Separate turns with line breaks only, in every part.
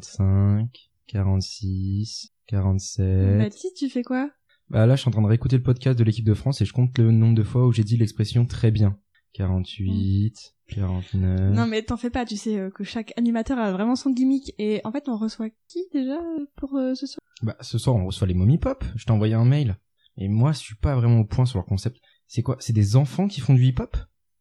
45, 46, 47.
Baptiste, Bah, tu fais quoi
Bah là, je suis en train de réécouter le podcast de l'équipe de France et je compte le nombre de fois où j'ai dit l'expression très bien. 48, 49.
Non, mais t'en fais pas, tu sais euh, que chaque animateur a vraiment son gimmick. Et en fait, on reçoit qui déjà euh, pour euh, ce soir
Bah, ce soir, on reçoit les Mommy Pop. Je t'ai envoyé un mail. Et moi, je suis pas vraiment au point sur leur concept. C'est quoi C'est des enfants qui font du hip-hop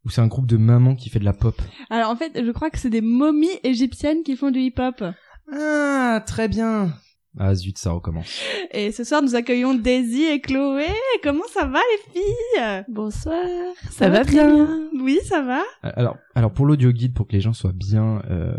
Ou c'est un groupe de mamans qui fait de la pop
Alors en fait, je crois que c'est des momies égyptiennes qui font du hip-hop.
Ah, très bien Ah zut, ça recommence.
Et ce soir, nous accueillons Daisy et Chloé. Comment ça va les filles
Bonsoir. Ça,
va
va
très
bien.
Oui, ça va
Euh, Alors, alors pour l'audio guide, pour que les gens soient bien euh,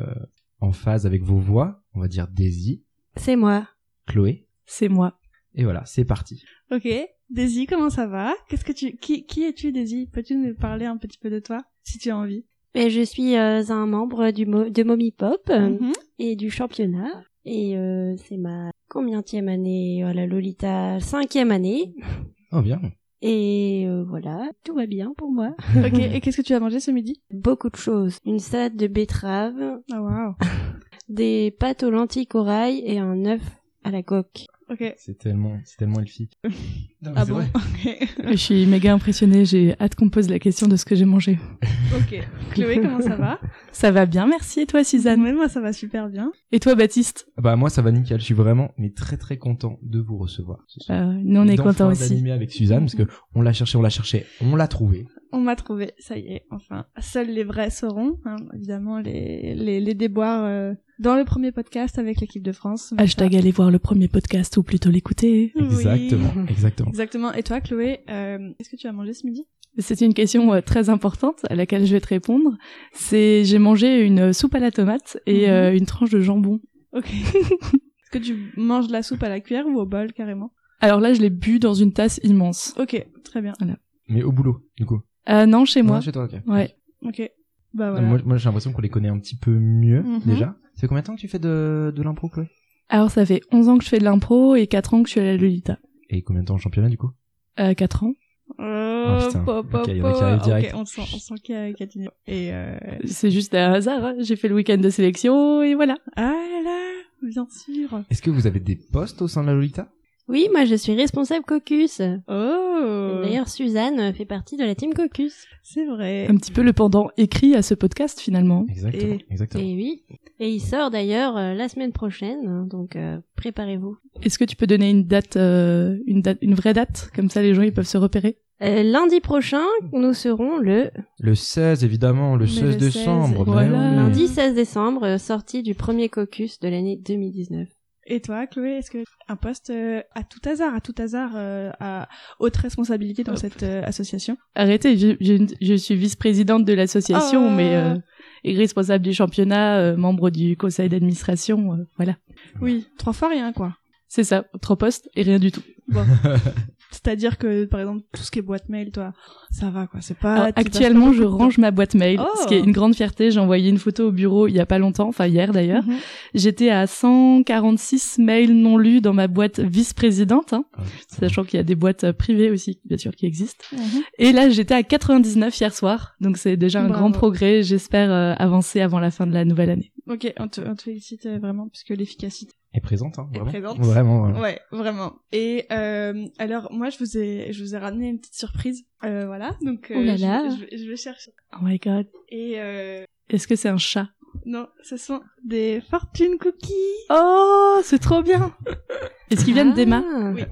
en phase avec vos voix, on va dire Daisy,
C'est moi.
Chloé,
C'est moi.
et voilà, c'est parti.
Ok. Daisy, comment ça va Qu'est-ce que tu... Qui, qui es-tu, Daisy Peux-tu nous parler un petit peu de toi, si tu as envie
Et je suis euh, un membre du mo- de Mommy Pop euh,
Mhm.
et du championnat. Et euh, c'est ma combienième année Voilà, Lolita, cinquième année.
Oh bien.
Et euh, voilà, tout va bien pour moi.
Ok, et qu'est-ce que tu as mangé ce midi
Beaucoup de choses. Une salade de betterave,
Ah, waouh
des pâtes aux lentilles corail et un œuf à la coque.
Ok.
C'est tellement, c'est tellement Elfie. Non, mais
Ah
Ah c'est
bon
vrai.
Ok.
Je suis méga impressionnée, j'ai hâte qu'on me pose la question de ce que j'ai mangé.
Ok. Chloé, comment ça va
Ça va bien, merci. Et toi, Suzanne
Mais moi, ça va super bien.
Et toi, Baptiste
Bah moi ça va nickel, je suis vraiment mais très très content de vous recevoir. ce soir.
Euh, Nous, on est
D'enfin
contents aussi.
d'animer avec Suzanne parce que on l'a cherché, on l'a cherché, on l'a trouvé.
On m'a trouvé, ça y est, enfin. Seuls les vrais sauront, hein, évidemment, les, les, les déboires euh, dans le premier podcast avec l'équipe de France. Mais
Hashtag allez voir le premier podcast ou plutôt l'écouter.
ça- Oui.
Exactement, exactement.
Exactement. Et toi, Chloé, euh, qu'est-ce que tu as mangé ce midi
C'est une question euh, très importante à laquelle je vais te répondre. C'est j'ai mangé une soupe à la tomate et
Mhm.
euh, une tranche de jambon.
Ok. Est-ce que tu manges de la soupe à la cuillère ou au bol, carrément
Alors là, je l'ai bu dans une tasse immense.
Ok, très bien.
Mais au boulot du coup.
Euh, non, chez moi.
Non, chez toi, ok.
Ouais.
Ok. Bah
Non,
voilà.
Moi, moi, j'ai l'impression qu'on les connaît un petit peu mieux
Mhm.
déjà. Ça fait combien de temps que tu fais de, de l'impro, Chloé
Alors ça fait 11 ans que je fais de l'impro et 4 ans que je suis à la Lolita.
Et combien de temps en championnat du coup
Euh, 4 ans.
Euh,
Ah, putain.
po, po,
Ok, il y en a qui
po.
arrivent direct.
Ok, on sent, on sent qu'il y a, qu'il y a du niveau. Et euh...
C'est juste un hasard. hein. J'ai fait le week-end de sélection et voilà.
ah là là, bien sûr.
Est-ce que vous avez des postes au sein de la Lolita
Oui, moi je suis responsable caucus.
Oh,
D'ailleurs, Suzanne fait partie de la team caucus.
c'est vrai.
Un petit peu le pendant écrit à ce podcast finalement.
Exactement, exactement.
Et oui. Et il sort d'ailleurs euh, la semaine prochaine, hein, donc euh, préparez-vous.
Est-ce que tu peux donner une date, euh, une date, une vraie date, comme ça les gens ils peuvent se repérer
Euh, lundi prochain, nous serons le
Le 16 évidemment, le
Mais
16
le 16,
décembre. mais
voilà.
oui.
lundi 16 décembre, euh, sortie du premier caucus de l'année 2019.
Et toi, Chloé, est-ce que un poste euh, à tout hasard, à tout hasard, euh, à haute responsabilité dans
Hop.
cette euh, association
Arrêtez, je, je- je suis vice-présidente de l'association,
Oh.
mais euh, et responsable du championnat, euh, membre du conseil d'administration, euh, voilà.
Oui, trois fois rien, quoi.
C'est ça, trois postes et rien du tout.
Bon. C'est-à-dire que, par exemple, tout ce qui est boîte mail, toi, ça va, quoi. C'est pas.
Ah,
Alors,
Ah, tu
actuellement,
passes pas
je
beaucoup de
range ma boîte mail,
Oh.
ce qui est une grande fierté. J'ai envoyé une photo au bureau il y a pas longtemps, enfin hier
temps.
d'ailleurs.
Mhm.
J'étais à 146 mails non lus dans ma boîte vice-présidente, hein,
Ah, putain.
sachant qu'il y a des boîtes euh, privées aussi, bien sûr, qui existent.
Mhm.
Et là, j'étais à 99 hier soir, donc c'est déjà un
Bravo.
grand progrès. J'espère euh, avancer avant la fin de la nouvelle année.
Ok, on te, on te félicite euh, vraiment, puisque l'efficacité.
Et présente, hein,
Et
vraiment.
présente.
Vraiment, vraiment.
Ouais, vraiment. Et euh, alors, moi, je vous ai, je vous ai ramené une petite surprise. Euh, voilà, donc euh,
Oh là
je-
là.
Je, vais- je vais chercher.
Oh my god.
Et euh,
Est-ce que c'est un chat
non, ce sont des fortune cookies.
Oh, c'est trop bien Est-ce qu'ils viennent
Ah.
d'Emma
Oui.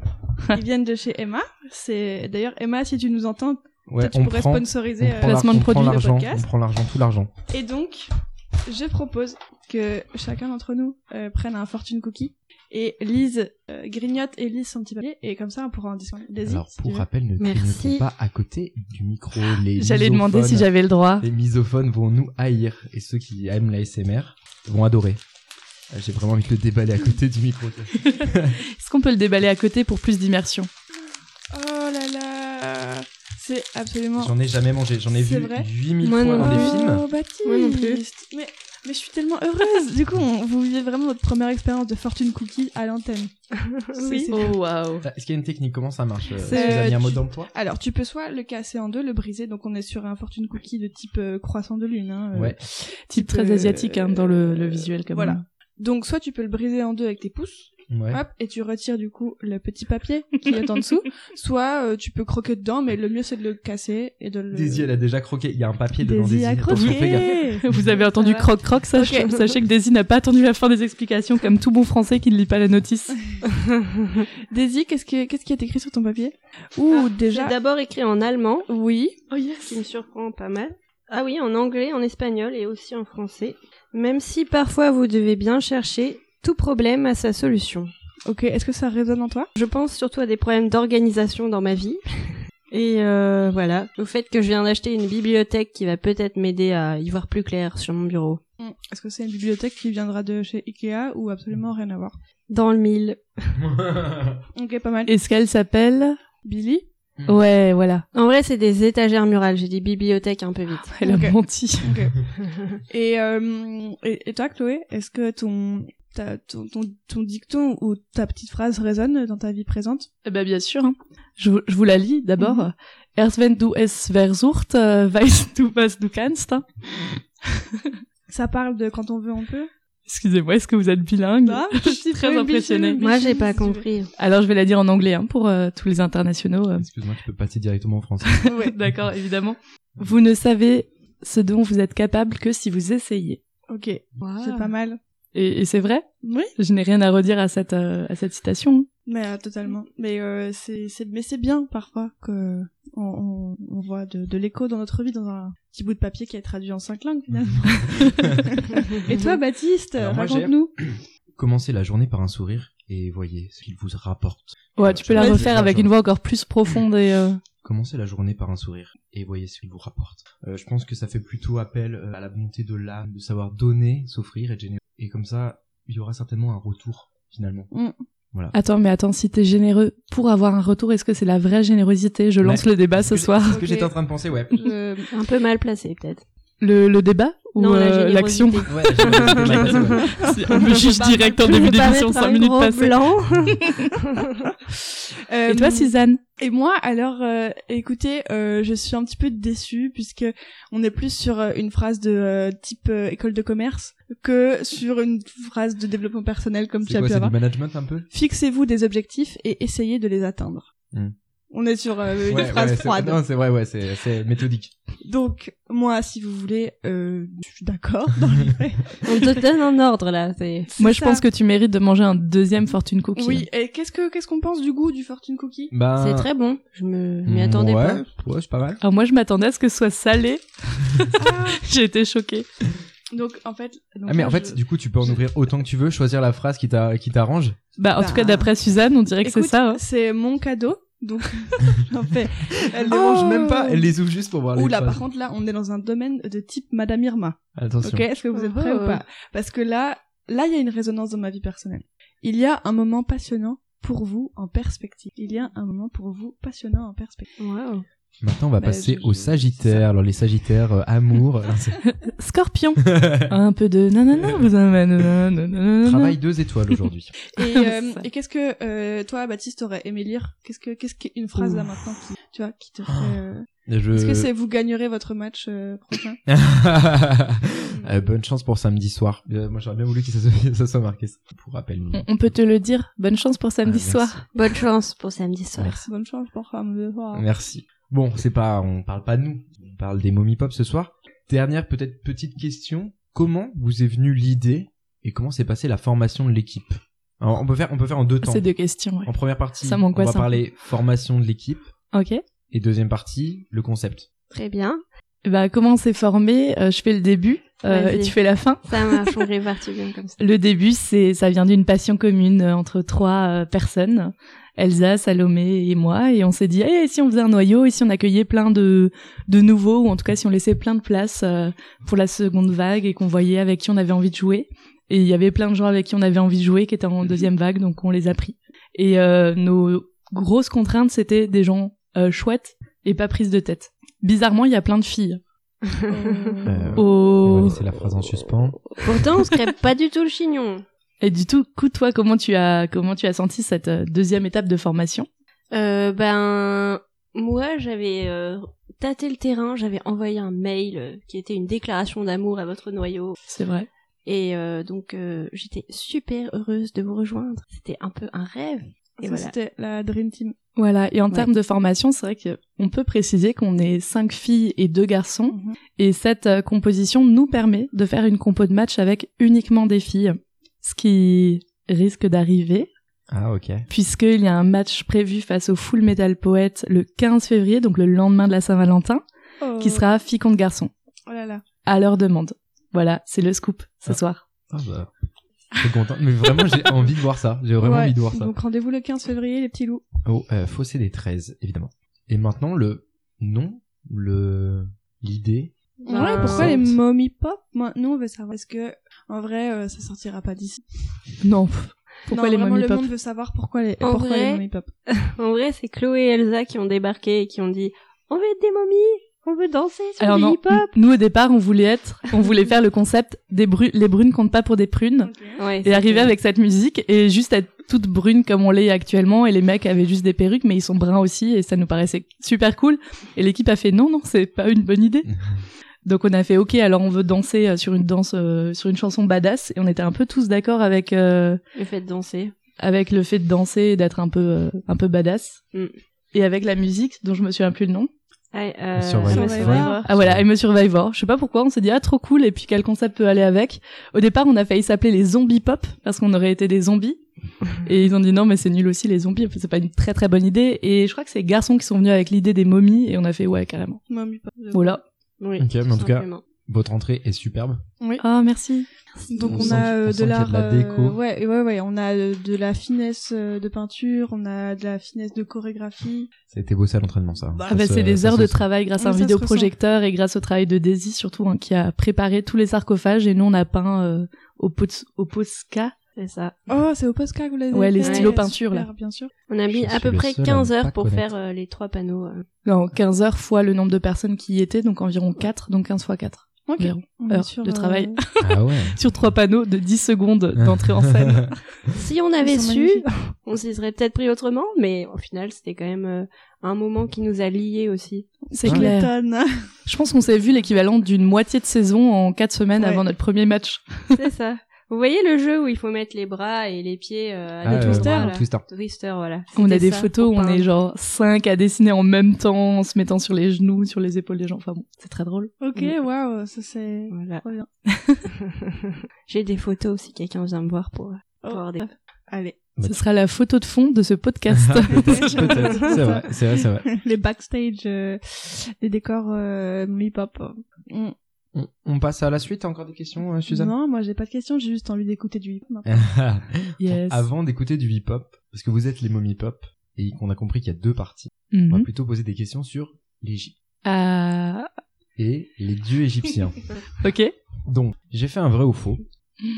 Ils viennent de chez Emma. C'est d'ailleurs Emma, si tu nous entends,
Ouais,
tu pourrais sponsoriser
on
euh,
prend
Placement
l'argent,
de produit,
on
le
prend l'argent,
podcast.
on prend l'argent, tout l'argent.
Et donc, je propose que chacun d'entre nous euh, prenne un fortune cookie et lise, euh, grignote et lise son petit papier. Et comme ça, on pourra en discuter. Daisy,
Alors
si tu
pour
veux.
rappel, ne clignotons
Merci.
pas à côté du micro. Les
J'allais demander si
misophones-
j'avais le droit.
Les misophones vont nous haïr et ceux qui aiment la SMR vont adorer. Euh, J'ai vraiment envie de le déballer à côté du micro.
Est-ce qu'on peut le déballer à côté pour plus d'immersion
Oh là là C'est absolument...
J'en ai jamais mangé, j'en ai
C'est
vu
vrai
8000
Moi
fois
non
dans des
plus.
films.
Oh, Baptiste
Moi non plus.
Mais, mais je suis tellement heureuse Du coup, on- vous vivez vraiment votre première expérience de fortune cookie à l'antenne. C'est-
Oui.
c'est-
Oh waouh.
Euh, Est-ce qu'il y a une technique Comment ça marche euh,
C'est-
Suzanne, il y a un
tu-
mot d'emploi
Alors, tu peux soit le casser en deux, le briser, donc on est sur un fortune cookie de type euh, croissant de lune. Hein, euh,
Ouais.
Type,
Type très
euh,
asiatique hein, dans le, le visuel comme
voilà. Donc, soit tu peux le briser en deux avec tes pouces,
Ouais.
hop, et tu retires du coup le petit papier qui est en dessous, soit euh, tu peux croquer dedans, mais le mieux c'est de le casser et de le.
Daisy, elle a déjà croqué. Il y a un papier dedans.
Daisy
Daisy,
a
attention,
croqué.
fais gaffe.
Eh,
Vous avez entendu
Ça va.
croc-croc, sach-
Ok.
sachez que Daisy n'a pas attendu la fin des explications comme tout bon français qui ne lit pas la notice.
Daisy, qu'est-ce que- qu'est-ce qui est écrit sur ton papier Ou
J'ai
déjà.
d'abord écrit en allemand,
Oui.
Oh
qui me surprend pas mal. Ah oui, en anglais, en espagnol et aussi en français. Même si parfois vous devez bien chercher, tout problème a sa solution.
Ok, est-ce que ça résonne en toi
Je pense surtout à des problèmes d'organisation dans ma vie. Et euh, voilà, au fait que je viens d'acheter une bibliothèque qui va peut-être m'aider à y voir plus clair sur mon bureau.
Est-ce que c'est une bibliothèque qui viendra de chez Ikea ou absolument rien à voir
Dans le mille.
Ok, pas mal.
Est-ce qu'elle s'appelle
Billy
Ouais, voilà.
En vrai, c'est des étagères murales. J'ai dit bibliothèque un peu vite.
Elle
Ok.
a menti.
Et, euh, et, et toi, Chloé, est-ce que ton, ta- ton, ton, ton dicton ou ta petite phrase résonne dans ta vie présente
Eh ben, bien sûr. hein. Mhm. Je, vous- je vous la lis d'abord. Erst wenn du es versucht, euh, weißt du was du kannst. hein.
Ça parle de quand on veut, on peut
Excusez-moi, est-ce que vous êtes bilingue
je suis
très impressionnée.
Moi, j'ai pas compris.
Alors, je vais la dire en anglais hein, pour euh, tous les internationaux. euh.
Excuse-moi, tu peux passer directement en français.
Ah D'accord, évidemment. Vous ne savez ce dont vous êtes capable que si vous essayez.
Ok,
Ah.
c'est pas mal.
Et, et c'est vrai.
Oui.
Je n'ai rien à redire à cette, euh, à cette citation.
Mais euh, totalement. Mais euh, c'est c'est- mais c'est bien parfois que on, on, on voit de, de l'écho dans notre vie dans un petit bout de papier qui est traduit en cinq langues Mm-hmm. finalement. Et toi, Baptiste,
Alors moi, j'ai-
raconte-nous.
Commencez la journée par un sourire et voyez ce qu'il vous rapporte.
Ouais, tu peux la
Vas-y.
refaire avec une voix encore plus profonde et... euh,
Commencez la journée par un sourire et voyez ce qu'il vous rapporte. Euh, je pense que ça fait plutôt appel euh, à la bonté de l'âme, de savoir donner, s'offrir et être généreux. Et comme ça, il y aura certainement un retour finalement.
Attends, mais attends, si t'es généreux pour avoir un retour, est-ce que c'est la vraie générosité Je lance le débat ce
Est-ce que-
soir.
Est-ce que
Ok.
j'étais en train de penser, ouais.
Je-
Un peu mal placé, peut-être.
Le, le débat ou
Non, la
euh,
générosité.
l'action
Ouais, j'ai- j'ai passé, ouais.
Si, On me juge direct en
Je
début
vais pas
d'émission,
mettre
5
un
minutes
gros
passées.
blanc.
Euh,
Et toi, Suzanne
Et moi, alors, euh, écoutez, euh, je suis un petit peu déçue puisque on est plus sur euh, une phrase de euh, type euh, école de commerce que sur une phrase de développement personnel comme tu
C'est
as
quoi,
pu
c'est du
avoir. Euh,
management un peu
Fixez-vous des objectifs et essayez de les atteindre.
Hmm.
On est sur euh, une
Ouais,
phrase
ouais, c'est-
froide.
Non, c'est vrai, ouais, c'est c'est méthodique.
Donc, moi, si vous voulez, euh, je suis d'accord dans les faits.
On te donne un ordre, là. C'est...
Moi, je
ça.
pense que tu mérites de manger un deuxième fortune cookie. hein.
Oui, et qu'est-ce que qu'est-ce qu'on pense du goût du fortune cookie
Bah,
Euh,
c'est très bon. Je me...
mm,
m'y attendais
ouais,
pas.
Ouais, c'est pas mal.
Alors moi, je m'attendais à ce que ce soit salé. J'ai été choquée.
Donc, en fait... donc
Ah mais
là,
en fait,
je-
du coup, tu peux en ouvrir autant que tu veux, choisir la phrase qui t'a- qui t'arrange.
Bah, en
Bah.
tout cas, d'après Suzanne, on dirait que c'est
Écoute,
ça. hein.
C'est mon cadeau, donc j'en fais.
Elle
les mange
Oh.
même pas, elle
les ouvre juste pour voir
Ouh là, par contre, là, on est dans un domaine de type Madame Irma.
Attention.
Ok, est-ce que vous êtes prêts
Oh.
ou pas Parce que là, là, il y a une résonance dans ma vie personnelle. Il y a un moment passionnant pour vous en perspective. Il y a un moment pour vous passionnant en perspective.
Wow.
Maintenant, on va
Bah,
passer
je- je-
aux Sagittaires. Alors, les Sagittaires, euh, amour. Non, c'est-
Scorpion. un peu de nanana, vous avez- nanana, nanana.
Euh, Travail deux étoiles aujourd'hui.
Et, euh,
Ça.
et qu'est-ce que euh, toi, Baptiste, aurais aimé lire Qu'est-ce que qu'est-ce qu'une phrase là maintenant qui, tu vois, qui
Ah.
te fait euh,
Je...
Est-ce que c'est vous gagnerez votre match euh, prochain
Euh, Bonne chance pour samedi soir. Euh, moi, j'aurais bien voulu que ça soit, ça soit marqué. ça, Pour rappel. mais-
Mm,
On, on peut te le dire. Bonne chance pour samedi
Ah, merci.
soir.
Bonne chance pour samedi soir.
Merci.
Bonne chance pour femme de voir.
Merci. Bon, c'est pas, on parle pas de nous. On parle des momies pop ce soir. Dernière peut-être petite question. Comment vous est venue l'idée et comment s'est passée la formation de l'équipe Alors, On peut faire, on peut faire en deux temps.
C'est deux questions. ouais.
En première partie,
Ça
on
m'angoisse
va
un peu.
parler formation de l'équipe
Ok.
et deuxième partie, le concept.
Très bien.
Eh ben, comment on s'est formé Euh, Je fais le début euh,
Vas-y.
et tu fais la fin.
Ça marche, on répartit bien comme ça.
Le début, c'est ça vient d'une passion commune euh, entre trois euh, personnes, Elsa, Salomé et moi, et on s'est dit, eh, si on faisait un noyau, et si on accueillait plein de de nouveaux, ou en tout cas si on laissait plein de place euh, pour la seconde vague et qu'on voyait avec qui on avait envie de jouer. Et il y avait plein de gens avec qui on avait envie de jouer qui étaient en deuxième vague, donc on les a pris. Et euh, nos grosses contraintes, c'était des gens euh, chouettes et pas prises de tête. Bizarrement, il y a plein de filles.
Oh.
Euh,
Oh.
On va
Au...
laisser la phrase en suspens.
Pourtant, on se crève pas du tout le chignon.
Et du tout, coup, toi, comment tu as comment tu as senti cette euh, deuxième étape de formation
Euh, ben, moi, j'avais euh, tâté le terrain, j'avais envoyé un mail euh, qui était une déclaration d'amour à votre noyau.
C'est vrai.
Et euh, donc euh, j'étais super heureuse de vous rejoindre. C'était un peu un rêve. Et
Ça,
voilà.
c'était la Dream Team.
Voilà, et en
Ouais.
termes de formation, c'est vrai qu'on peut préciser qu'on est cinq filles et deux garçons,
Mhm.
et cette euh, composition nous permet de faire une compo de match avec uniquement des filles, ce qui risque d'arriver,
Ah, ok.
puisqu'il y a un match prévu face au Full Metal Poet le 15 février, donc le lendemain de la Saint-Valentin,
Oh.
qui sera filles contre garçons,
Oh là là.
à leur demande. Voilà, c'est le scoop ce
Ah.
soir.
Ah, bah. Je suis content. Mais vraiment, j'ai envie de voir ça. J'ai vraiment
Ouais.
envie de voir ça.
Donc rendez-vous le 15 février, les petits loups.
Oh, euh, Fossé des 13, évidemment. Et maintenant, le nom, le, l'idée.
ouais,
Euh,
pourquoi les
sorte.
mommy pop Moi, Nous, on veut savoir. Est-ce que, en vrai, euh, ça sortira pas d'ici
Non, pff, pourquoi
Non,
les
vraiment,
mommy
Le
pop
monde veut savoir pourquoi les,
En
pourquoi les
vrai-
mommy pop.
En vrai, c'est Chloé et Elsa qui ont débarqué et qui ont dit On veut être des momies, on veut danser sur
Alors
du
non,
hip-hop.
nous au départ, on voulait être, on voulait faire le concept des bru- les brunes comptent pas pour des prunes.
Ouais,
et
c'était-
arriver avec cette musique et juste être toute brune comme on l'est actuellement et les mecs avaient juste des perruques mais ils sont bruns aussi et ça nous paraissait super cool et l'équipe a fait non non c'est pas une bonne idée donc on a fait ok alors on veut danser euh, sur une danse euh, sur une chanson badass et on était un peu tous d'accord avec euh,
le fait de danser.
avec le fait de danser et d'être un peu euh, un peu badass
Mm.
et avec la musique dont je me souviens plus le nom
Ouais, euh,
Survivor.
Survivor.
Survivor.
ah voilà, me Survivor. Je sais pas pourquoi, on s'est dit ah trop cool et puis quel concept peut aller avec. Au départ, on a failli s'appeler les zombies pop parce qu'on aurait été des zombies. Et ils ont dit non mais c'est nul aussi les zombies, c'est pas une très très bonne idée. Et je crois que c'est les garçons qui sont venus avec l'idée des momies et on a fait ouais carrément.
Mommy pop. euh, j'avoue.
Voilà.
Oui,
Ok, mais en tout cas,
simplement.
Votre entrée est superbe.
Ah merci.
Donc
On
on,
sent qu'il-
a
on sent
euh, de
qu'il y a
l'art,
de la déco.
euh, ouais, ouais, ouais, on a euh, de la finesse euh, de peinture, on a de la finesse de chorégraphie.
C'était beau ça l'entraînement, ça.
Ah bah,
Ça
c'est
se-
des
ça
heures
se
de
sent.
travail grâce
Oui,
à un
Ah, ça se
vidéoprojecteur et grâce au travail de Daisy surtout hein, qui a préparé tous les sarcophages et nous on a peint euh, au, pots- au Posca.
c'est ça.
Oh, c'est au Posca que vous l'avez
Ouais, les
fait.
stylos
peinture,
super,
là.
bien sûr.
On a
Je
mis à
suis
peu
le
près
seul à
15
ne pas
heures pour
connaître.
faire euh, les trois panneaux. euh.
Non, 15 heures fois le nombre de personnes qui y étaient, donc environ 4, donc 15 fois 4.
Ok.
Environ.
On est
Heure
sur,
de travail.
Ah ouais.
sur trois panneaux de 10 secondes d'entrée en scène.
Si on avait
sont
su,
magnifiques.
on s'y serait peut-être pris autrement, mais au final, c'était quand même euh, un moment qui nous a liés aussi.
C'est
Je
clair.
m'étonne.
Je pense qu'on s'est vu l'équivalent d'une moitié de saison en quatre semaines
Ouais.
avant notre premier match.
c'est ça. Vous voyez le jeu où il faut mettre les bras et les pieds euh, à
Ah,
des
euh,
twisters,
ouais,
là.
Twister.
Twister, voilà.
On a
C'était
des
ça,
photos où
pour
on est
peindre.
genre cinq à dessiner en même temps, en se mettant sur les genoux, sur les épaules des gens. Enfin bon, c'est très drôle.
Ok,
Mm.
waouh, ça c'est.
Voilà.
Trop bien.
J'ai des photos si quelqu'un vient me voir pour, euh, pour
Oh.
avoir des...
Allez,
Ce sera la photo de fond de ce podcast.
Peut-être, peut-être. C'est vrai, c'est vrai, c'est vrai.
les backstage, euh, les décors euh, mi-pop. Mm.
On, on passe à la suite. T'as encore des questions, euh, Suzanne
Non, moi j'ai pas de questions, j'ai juste envie d'écouter du hein. hip hop.
yes.
Avant d'écouter du hip-hop, parce que vous êtes les momies pop et qu'on a compris qu'il y a deux parties. On va
Mhm.
plutôt poser des questions sur l'Égypte
Ah,
et les dieux égyptiens.
ok.
Donc, j'ai fait un vrai ou faux.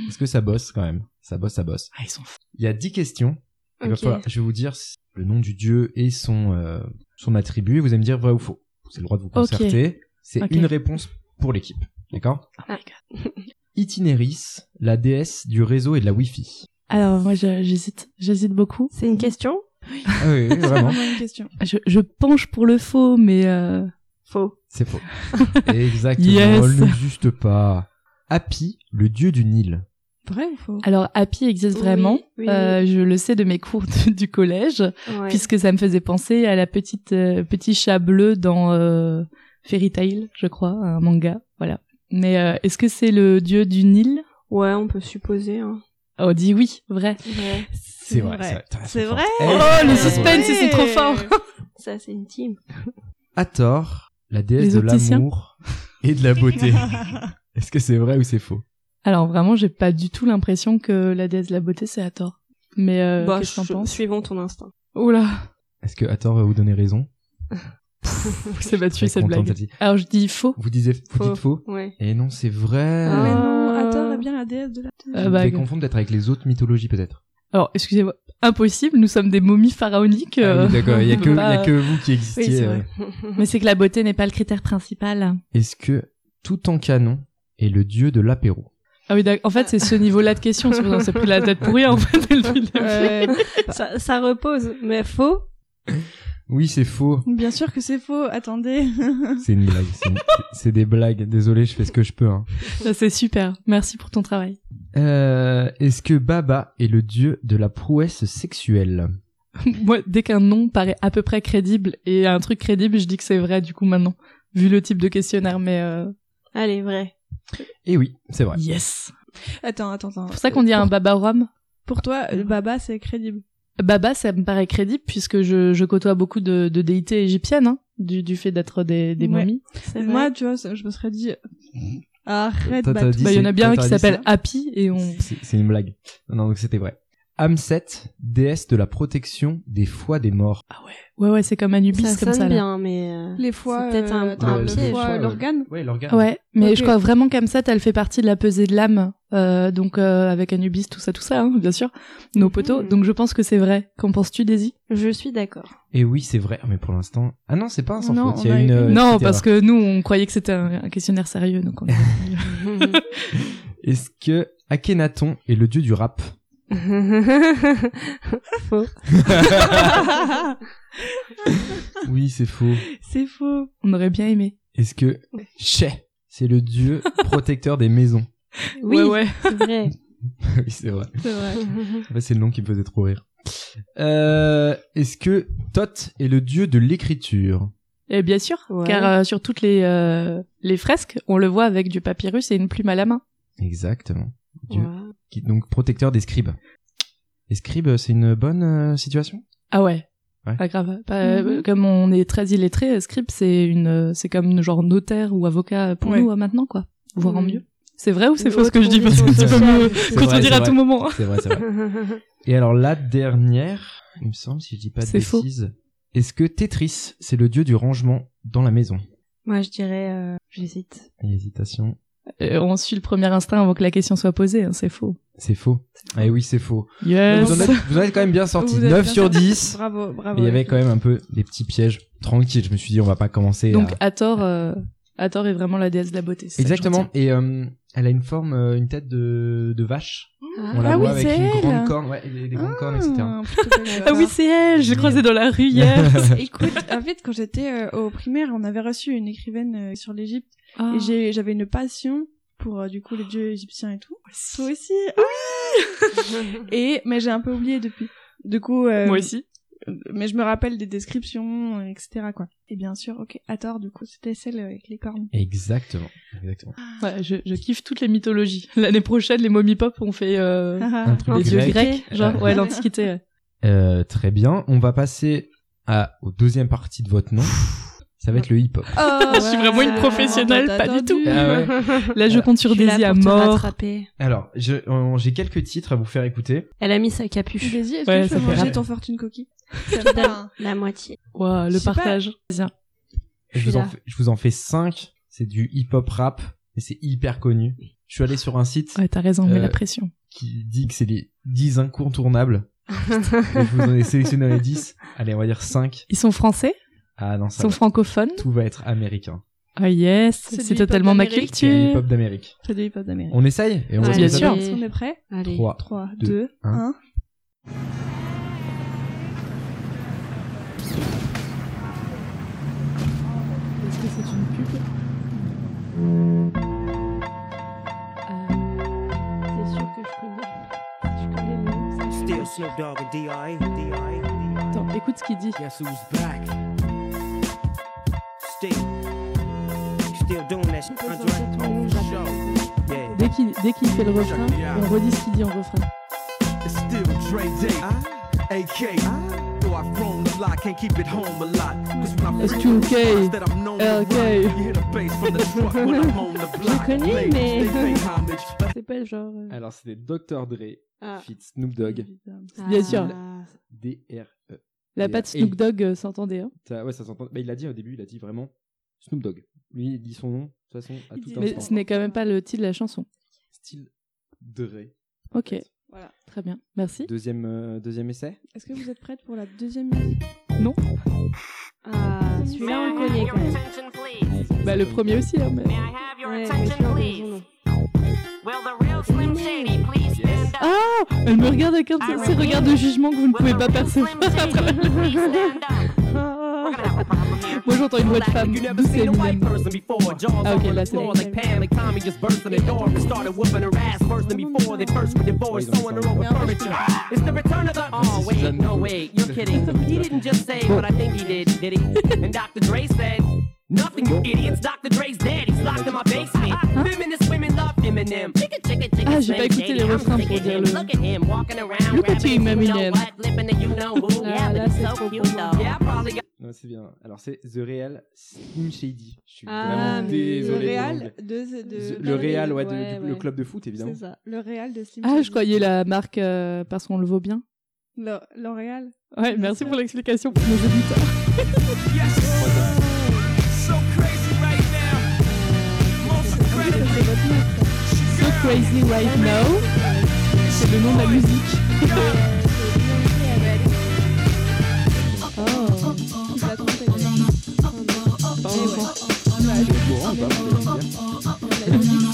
Parce que ça bosse quand même. Ça bosse, ça bosse.
Ah, ils sont fous.
Il y a 10 questions. Il Eh ben, va
Ok.
falloir- je vais vous dire si- le nom du dieu et son, euh, son attribut. et Vous allez me dire vrai ou faux. C'est le droit de vous concerter. C'est
Ok.
une réponse pour l'équipe. D'accord
Oh my God.
Itinéris, la déesse du réseau et de la Wi-Fi.
Alors moi je- j'hésite, j'hésite beaucoup.
C'est une question
Ah oui, oui, vraiment.
Vraiment une question.
Je, je penche pour le faux, mais euh,
Faux.
C'est faux. Exactement.
Yes.
Elle n'existe pas. Happy, le dieu du Nil.
Vrai ou faux
alors Happy existe
Oui,
vraiment.
oui,
Euh, je le sais de mes cours de- du collège.
Ouais.
puisque ça me faisait penser à la petite euh, petit chat bleu dans euh, Fairy Tail, je crois, un manga, voilà. Mais euh, est-ce que c'est le dieu du Nil
Ouais, on peut supposer. Hein.
On dit oui, vrai.
Ouais.
C'est vrai. Putain, elles sont
C'est
fortes.
vrai
Eh,
Oh, le
elles sont
suspense,
fortes.
c'est trop fort.
Ça, c'est une team.
Hathor, la déesse
Les
de
opticiens.
l'amour et de la beauté. Euh, Est-ce que c'est vrai ou c'est faux
Alors vraiment, j'ai pas du tout l'impression que la déesse de la beauté c'est à tort. Mais euh,
bah,
qu'est-ce que
su-
t'en penses
suivons ton instinct.
Oula,
Est-ce que Hathor va vous donner raison
on s'est battu
Très
cette
contente,
blague.
Tati.
Alors je dis faux.
Vous, disiez, vous
Faux.
dites faux
Ouais.
Et non, c'est vrai.
Ah, mais
Ah.
non, Hathor est bien la déesse de la.
Ah
Je
bah,
vais
que-
confondre peut-être avec les autres mythologies peut-être.
Alors excusez-moi, impossible. Nous sommes des momies pharaoniques.
Ah
euh,
oui, D'accord, il n'y a,
on
que-
peut
il y a
pas-
que vous qui existiez.
c'est
euh.
vrai. Mais c'est que la beauté n'est pas le critère principal.
Est-ce que tout en canon est le dieu de l'apéro
Ah oui, d'accord. En fait, c'est ce niveau-là de question. C'est pour ça qu'on s'est pris la tête pour rien, en fait, dès le début.
ça, ça repose, mais faux.
Oui, c'est faux.
Bien sûr que c'est faux, attendez.
C'est une blague. c'est une- C'est des blagues. Désolé, je fais ce que je peux. hein.
Ça, C'est super. Merci pour ton travail.
Euh, Est-ce que Baba est le dieu de la prouesse sexuelle
Moi, dès qu'un nom paraît à peu près crédible et un truc crédible, je dis que c'est vrai du coup maintenant, vu le type de questionnaire. Mais euh,
Allez, vrai.
Eh oui, c'est vrai.
yes.
attends, attends, attends.
C'est pour ça qu'on dit un baba rome.
Pour toi, le baba, c'est crédible.
Baba, ça me paraît crédible puisque je, je côtoie beaucoup de, de déités égyptiennes, hein, du, du fait d'être des, des
Ouais.
momies.
C'est vrai.
Moi, tu vois, ça- je me serais dit... Arrête,
Toi, t'as
bah,
dit-
Bah, il y en a bien un
T'as
qui
dit ça
s'appelle Happy et on.
C'est c'est une blague. Non, non, donc c'était vrai. Amset, déesse de la protection des foies des morts.
Ah Ouais, ouais, c'est comme Anubis
ça
comme
sonne
ça. là.
bien, mais euh,
les fois,
C'est peut-être un-
euh, attends,
un
le
piège,
foie,
ouais.
l'organe.
Ouais, l'organe.
Ouais, mais
Ok.
je crois vraiment comme ça, elle fait partie de la pesée de l'âme, euh, donc euh, avec Anubis, tout ça, tout ça, hein, bien sûr, nos
Mhm.
poteaux. Donc je pense que c'est vrai. Qu'en penses-tu, Daisy
je suis d'accord.
Et oui, c'est vrai. Ah, Mais pour l'instant. Ah non, c'est pas un sans
Non,
faute.
on
Il y a
a
une.
eu-
euh,
Non,
petite
parce
erreur.
que nous, on croyait que c'était un, un questionnaire sérieux, donc on.
Est-ce que Akhenaton est le dieu du rap
Faux.
Oui, c'est faux.
C'est faux.
On aurait bien aimé.
Est-ce que Che, c'est le dieu protecteur des maisons
Oui,
Ouais, ouais.
c'est vrai.
Oui, c'est vrai.
C'est vrai.
En fait, c'est le nom qui me faisait trop rire. Euh, Est-ce que Thoth est le dieu de l'écriture
Et bien sûr,
Ouais.
car euh, sur toutes les euh, les fresques, on le voit avec du papyrus et une plume à la main.
Exactement. Dieu
Ouais.
qui- donc protecteur des scribes. Les scribes, c'est une bonne euh, situation
Ah ouais.
Ouais.
Pas grave. Pas- euh,
Mhm.
Comme on est très illettré, scribe c'est une, euh, c'est comme genre notaire ou avocat pour
Ouais.
nous euh, maintenant quoi, voire en
Mhm.
mieux. C'est vrai ou c'est
Une
faux ce que
haute
je dis parce que
condition
tu peux
sociale.
me
C'est vrai,
contredire
c'est
à
vrai.
tout moment.
C'est vrai, c'est vrai. Et alors la dernière, il me semble, si je dis pas de
C'est faux.
bêtises, est-ce que Tetris, c'est le dieu du rangement dans la maison
Moi, je dirais, euh, j'hésite.
Hésitation.
Euh, on suit le premier instinct avant que la question soit posée. hein, c'est faux. Euh,
C'est faux. Ah oui, c'est faux.
Yes.
Vous, en êtes, vous en êtes quand même bien sorti.
Vous avez
9
bien
sur
fait.
10.
Bravo, bravo.
Mais il y avait quand même un peu des petits pièges. Tranquille, je me suis dit, on va pas commencer.
Donc
à-
Hathor, euh, Hathor est vraiment la déesse de la beauté. c'est ça que
Exactement. Et euh, elle a une forme, euh, une tête de, de vache. On la
Ah
voit
oui,
avec
c'est
une
elle.
grande corne, ouais, des, des grandes cornes, etc.
Ah, plutôt belle,
je retiens.
alors.
Ah oui, c'est elle. Je l'ai croisée dans la rue hier.
Écoute, en fait, quand j'étais euh, au primaire, on avait reçu une écrivaine euh, sur l'Égypte
Ah.
Ah.
et j'ai- j'avais une passion pour euh, du coup les dieux égyptiens et tout. Toi aussi. Et mais j'ai un peu oublié depuis. Du coup, euh,
Moi aussi.
euh, mais je me rappelle des descriptions, euh, etc. quoi. Et bien sûr, ok, Hathor, du coup, c'était celle avec les cornes.
Exactement. Exactement.
Ouais, je, je kiffe toutes les mythologies. L'année prochaine, les momies pop, on fait euh,
Ah.
Ah,
Un truc
les dieux
grec.
grecs, genre
Ah.
ouais, l'antiquité. ouais.
Euh, très bien. On va passer à, au deuxième partie de votre nom. Ça va être le hip-hop.
Je suis vraiment une professionnelle, pas du tout.
Ah
Là, je compte sur
Je suis là
Daisy à
pour te
mort.
rattraper.
Alors, je- euh, j'ai quelques titres à vous faire écouter.
Elle a mis sa capuche.
Vas-y, est-ce
Ouais,
que je
ça
peux
fait
manger
rire.
ton fortune cookie
Évidemment. La moitié.
Ouah,
Je
le
sais pas.
partage. Vas-y.
Je,
suis
vous en
là.
fais, je vous en fais cinq. C'est du hip-hop rap, mais c'est hyper connu. Je suis allé sur un site
Ouais, t'as raison, mais
Euh,
la pression.
qui dit que c'est les 10 incontournables. Et je vous en ai sélectionné les 10. Allez, on va dire 5.
Ils sont français,
Ah non,
ils
ça
sont
va.
francophones.
Tout va être américain.
Ah yes,
C'est
c'est
du hip-hop
totalement ma
d'Amérique.
C'est le
culture.
hip-hop d'Amérique.
C'est du hip-hop d'Amérique.
On essaye et on
Ouais,
voit
bien
si ça
sûr.
donne.
Est-ce qu'on est prêt
Allez.
3,
3,
Deux,
2,
un.
1.
Est-ce que c'est une pub Euh,
C'est sûr que je connais. Je connais le nom.
Still Snoop Dogg and D.I. D.I.
Attends, écoute ce qu'il dit.
Guess who's back? Still. Still doing that shit, Andre? Oh, for sure. Yeah.
Dès qu'il dès qu'il fait le refrain, on redit ce qu'il dit en refrain.
It's still Dre Day,
Ah.
AK. Though I've grown a lot, can't keep it home a lot. 'Cause when I
It's
freak
too
the
okay.
spots that I'm known to
LK.
rock, You hear the bass from the truck when I'm on the block.
connais,
Ladies,
mais-
they pay homage, but
Bah, C'est pas genre. euh,
Alors c'était Dr. Dre,
Ah.
fit Snoop Dogg,
Ah.
Bien sûr.
D-R-E.
La patte Snoop Dogg euh, s'entendait. hein.
Ça, ouais, ça s'entend. Mais il l'a dit au début, il a dit vraiment Snoop Dogg. Lui, il dit son nom, de toute façon, à
Il
tout
dit-
Mais
instant.
ce n'est quand même pas le titre de la chanson.
Style Dre.
Ok,
Voilà.
très bien. Merci.
Deuxième, euh, deuxième essai
Est-ce que vous êtes prête pour la deuxième musique
Ah, celui-là, on le connaît quand même.
attention, please?
Bah, le premier aussi, hein, mais.
May I have your
Ouais, mais
attention,
tu vois, raison,
please?
non.
Will the real Slim Shady please stand up?
Ah
Ah
Elle me regarde avec un de ces regards de jugement que vous ne
Will
pouvez
the
pas
real
percevoir
Slim Shady please stand up? problem here.
Moi, j'entends une voix de femme
You never seen a white
douce
person before. Jaws
Ah, ok,
over
là,
the
c'est
floor
bon.
like Pam, like Tommy just burst in the door and started whooping her ass worse than before. They first were divorced, sewing her over furniture. It's the return of the. Oh wait, no wait, you're kidding. He didn't just say what I think he did, did he? And Dr. Dre said. Nothing, you idiots. Dr. Dre's dead. He's locked in my basement. Feminist women love Eminem. Chicka, chicka, chicka,
Ah, j'ai
Slim
pas écouté
Shady,
les
I'm
refrains pour
sticking
dire
him.
le-
Look at him walking around,
Le petit
grabbing the
Eminem.
you-know-what, flipping the you-know-who.
Ah,
Yeah, but
là,
it's
c'est
so
trop
cute,
beau.
though. Yeah, I probably got-
Non, c'est bien. Alors, c'est The Real Slim Shady. Je suis
Ah,
vraiment
mais
Le
désolé. pour
Real
l'anglais.
de, de-
The- le Real, ouais, de-
Ouais,
du- le
ouais.
club de foot, évidemment.
C'est ça. Le Real de Slim
Ah,
Shady.
je croyais la marque euh, parce qu'on le vaut bien.
Le- L'Oréal.
Ouais, merci pour l'explication pour nos auditeurs. So crazy right now. C'est le nom de la musique.
Il l'a trompé. Mais
Je suis au courant ou pas Vous allez me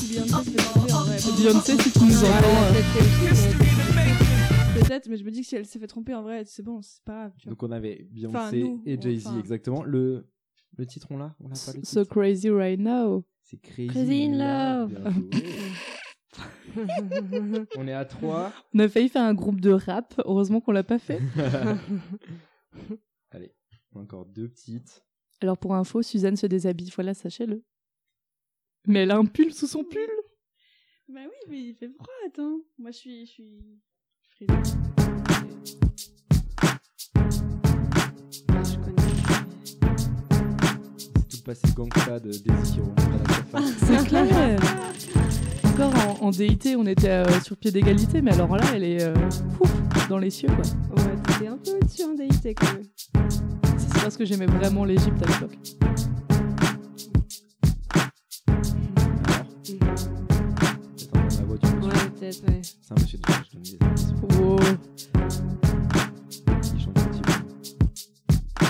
dire.
bon, la musique, Beyoncé se fait tromper, en vrai.
Oh, Beyoncé, si tu nous entends. euh,
Peut-être, mais je me dis que si elle s'est fait tromper, en vrai, c'est bon, c'est pas grave. Tu vois.
Donc, on avait
Enfin,
Beyoncé
nous,
et Jay-Z,
enfin.
exactement. Le, le titre, on l'a On l'a pas le
So
titre
crazy right now.
C'est Crazy,
Crazy in
Bien joué. on est à 3.
On a failli faire un groupe de rap. Heureusement qu'on l'a pas fait.
Allez, encore deux petites.
Alors pour info, Suzanne se déshabille. Voilà, sachez-le. Mais elle a un pull sous son pull.
Bah oui, mais il fait froid, attends. Moi, je suis. Je suis... frileux.
C'est tout passé gangsta de Daisy Kiro. Voilà, ça fait.
C'est clair. Encore en, en DIT, on était euh, sur pied d'égalité, mais alors là, elle est euh, ouf, dans les cieux. quoi.
Ouais, t'étais un peu au-dessus en déité quand même.
C'est parce que j'aimais vraiment l'Égypte à l'époque.
Attends, on la voit, tu vois.
Ouais, peut-être, ouais.
C'est un monsieur de je donne des indices.
Wow.
Il chante un petit peu.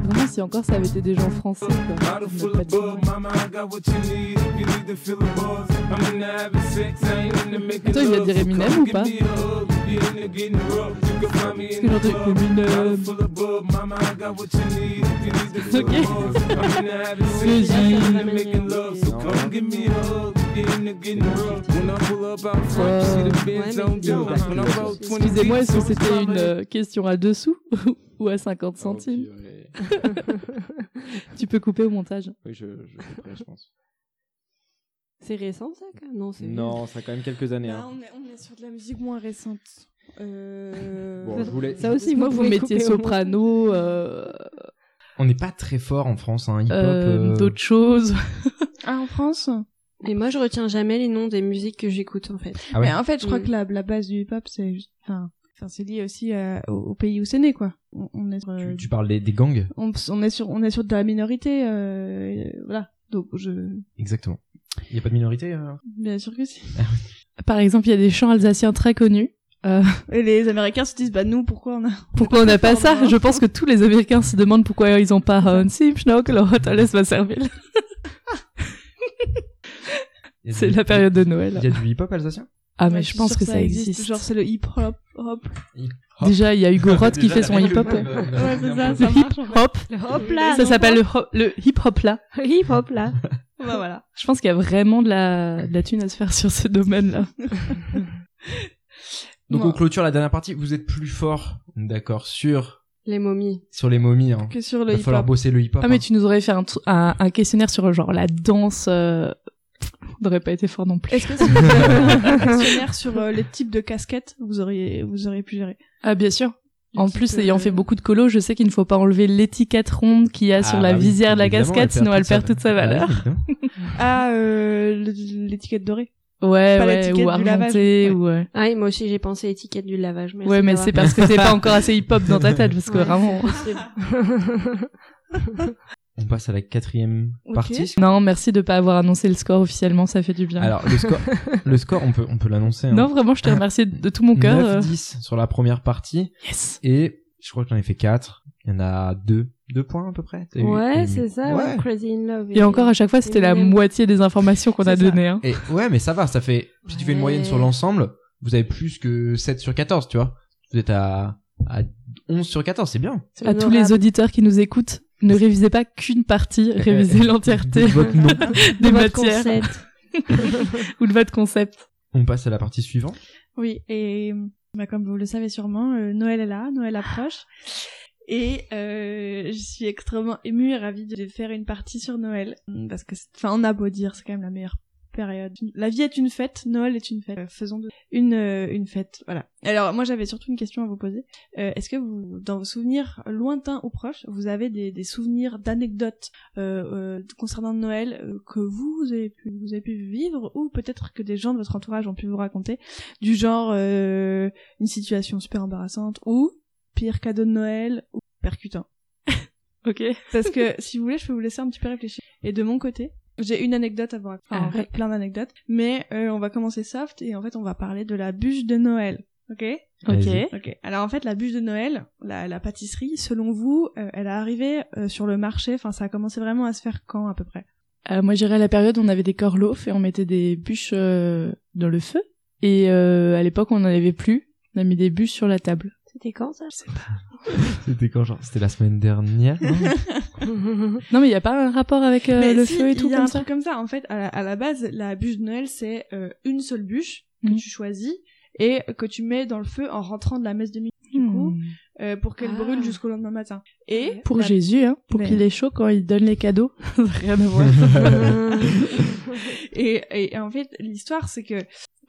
Ah,
Vraiment, si encore ça avait été des gens français, quoi.
Bottle full of bug, mama, I got what you need. If you need to feel the buzz, I'm in the having sex, I ain't in the making
Toi, il va
love.
dire
So
Eminem
come
ou
give
pas
me a hug, if you in there getting rough, you can find me
Parce
in the
que j'entends
club. Bottle
Eminem,
full of bug, mama, I got what you need. If you need to feel the
Ok.
buzz, I'm in the having
Le
sex, I ain't in the making love. So come give me a hug, if you in there getting rough. When I pull up out front, you see the Benz
Ouais, mais
on
non.
dime. When I roll 20
Excusez-moi, est-ce que
deep, so it's
c'était une
probably-
euh, question à deux sous ou à 50 centimes
Oh, purée.
Tu peux couper au montage.
Oui, je, je comprends, je pense.
C'est récent ça quand même Non, c'est
Non, ça a quand même quelques années.
Bah,
hein.
on, est, on est sur de la musique moins récente. Euh...
Bon, je voulais...
Ça aussi,
Moi, vous
pouvez
mettiez
couper au montage.
soprano, euh,
On n'est pas très fort en France, hein, hip-hop.
euh,
euh,
d'autres choses.
Ah, en France
Et moi, je retiens jamais les noms des musiques que j'écoute en fait.
Ah ouais.
Mais en fait, je crois
Mm.
que la, la base du hip-hop, c'est juste- enfin, enfin, c'est lié aussi euh, au, au pays où c'est né, quoi. On, on est sur, euh,
Tu, tu parles des, des gangs
on, on est sur, on est sur de la minorité, euh, euh, voilà. Donc, je,
Exactement. Il n'y a pas de minorité euh
bien sûr que si.
Par exemple, il y a des chants alsaciens très connus.
Et les Américains se disent, bah nous, pourquoi on a
Pourquoi on n'a pas ça
Pardon.
Je pense que tous les Américains se demandent pourquoi ils n'ont pas un Simschnock, leur laisse ma cervelle.
Il y a
C'est
du-
la période de Noël.
Il y a du hip-hop alsacien
Ah, mais
Ouais,
je
suis
pense
sûre
que ça existe.
Genre, c'est le hip-hop, hop.
Hop.
Déjà, il y a Hugo Roth qui
Ah, Déjà,
fait son
avec le
hip-hop.
même, euh,
Ouais, c'est ça,
Le
ça marche. en fait.
hip-hop.
Hop là
Ça s'appelle le, hop- le hip-hop là.
hip hop là.
Bah voilà.
Je pense qu'il y a vraiment de la, de la thune à se faire sur ce domaine-là.
Donc
Non.
on clôture la dernière partie. Vous êtes plus fort, d'accord, sur
Les momies.
sur les momies. Hein.
Que sur le
Il va falloir
hip-hop.
bosser le hip-hop.
Ah, mais
hein.
tu nous aurais fait un, tr- un, un questionnaire sur genre la danse. Euh... On n'aurait pas été fort non plus.
Est-ce que si vous avez un questionnaire sur euh, les types de casquettes, vous auriez, vous auriez pu gérer
Ah, bien sûr.
Les
En
types,
plus,
euh,
ayant fait beaucoup de colos, je sais qu'il ne faut pas enlever l'étiquette ronde qu'il y a
Ah,
sur la
bah oui,
visière de la
évidemment,
casquette, sinon elle perd toute sa
Ah,
valeur.
évidemment.
Ah, euh, le- l'étiquette dorée.
Ouais,
Pas
ouais,
l'étiquette
ou
du lavage.
argentée, ou ouais.
Ah, et moi aussi, j'ai pensé étiquette du lavage. Merci
Ouais, mais
d'avoir-
c'est parce que c'est pas encore assez hip-hop dans ta tête, parce que
Ouais,
vraiment.
c'est possible.
On passe à la quatrième
Ok.
partie.
Non, merci de pas avoir annoncé le score officiellement, ça fait du bien.
Alors le score, le score, on peut on peut l'annoncer. hein.
non, vraiment, je te remercie de tout mon cœur. euh,
9-10 sur la première partie
Yes.
et je crois que j'en ai fait 4. Il y en a 2, 2 points à peu près. T'as eu
ouais,
une-
c'est ça, ouais. Crazy in Love.
Et encore à chaque fois, c'était la
Eminem.
moitié des informations qu'on a
C'est ça.
données. Hein.
Et ouais, mais ça va, ça fait si tu fais une
Ouais.
moyenne sur l'ensemble, vous avez plus que 7 sur 14, tu vois. Vous êtes à à 11 sur 14, c'est bien.
à tous les
autres
auditeurs qui nous écoutent, ne révisez pas qu'une partie, révisez l'entièreté
Dites votre nom.
des matières ou de votre concept.
On passe à la partie suivante.
Oui, et bah, comme vous le savez sûrement, euh, Noël est là, Noël approche. Et euh, je suis extrêmement émue et ravie de faire une partie sur Noël. Mm, Parce que, c'est- enfin, on a beau dire, c'est quand même la meilleure période. La vie est une fête, Noël est une fête. Euh, faisons de... une, euh, une fête, voilà. Alors, moi, j'avais surtout une question à vous poser. Euh, Est-ce que vous, dans vos souvenirs lointains ou proches, vous avez des, des souvenirs d'anecdotes euh, euh, concernant Noël euh, que vous avez, pu, vous avez pu vivre ou peut-être que des gens de votre entourage ont pu vous raconter du genre euh, une situation super embarrassante ou pire cadeau de Noël ou percutant.
Ok.
Parce que si vous voulez, je peux vous laisser un petit peu réfléchir. Et de mon côté, j'ai une anecdote à vous raconter. Enfin, en fait, plein d'anecdotes. Mais euh, on va commencer soft et en fait, on va parler de la bûche de Noël. Ok
Vas-y.
Ok.
Ok. Alors en fait, la bûche de Noël, la, la pâtisserie, selon vous, euh, elle est arrivée euh, sur le marché. Enfin, ça a commencé vraiment à se faire quand à peu près
Euh, moi, j'irais à la période où on avait des corlofs et on mettait des bûches euh, dans le feu. Et euh, à l'époque, on n'en avait plus. On a mis des bûches sur la table.
C'était quand ça
C'était quand genre C'était la semaine dernière. non
Non, mais il n'y a pas un rapport avec euh,
Mais
le
si,
feu et tout
il y a
comme
un
ça
truc comme ça. En fait, à la, à la base, la bûche de Noël, c'est euh, une seule bûche que
Mhm.
tu choisis et que tu mets dans le feu en rentrant de la messe de minuit du coup,
Hmm.
euh, pour qu'elle
Ah.
brûle jusqu'au lendemain matin. Et
Pour
la-
Jésus, hein, pour
Mais-
qu'il ait chaud quand il donne les cadeaux. Rien à voir.
Euh,
Euh,
et, et- et en fait, l'histoire, c'est que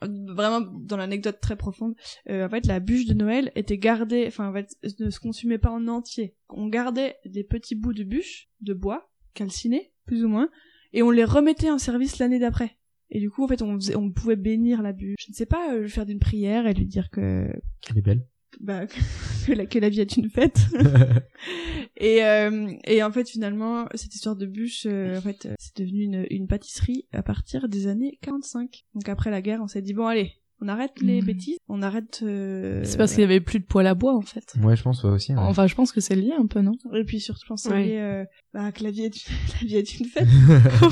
vraiment dans l'anecdote très profonde, euh, en fait, la bûche de Noël était gardée, enfin, en fait, ne se consumait pas en entier. On gardait des petits bouts de bûche, de bois, calcinés, plus ou moins, et on les remettait en service l'année d'après. Et du coup, en fait, on, faisait- on pouvait bénir la bûche. Je ne sais pas, euh, lui faire d'une prière et lui dire que,
Elle est belle.
bah, que, la, que la vie est une fête. et, euh, et en fait, finalement, cette histoire de bûche, euh, en fait, euh, c'est devenu une, une pâtisserie à partir des années 45. Donc après la guerre, on s'est dit, bon, allez, on arrête les
Mhm.
bêtises, on arrête... euh,
C'est parce qu'il n'y avait plus de poêle à bois, en fait.
Moi, je pense toi aussi. hein. ouais.
Enfin, je pense que c'est lié un peu, non
Et puis surtout, je pense
Ouais.
lié, euh, bah, que la vie, est une, la vie est une fête. Il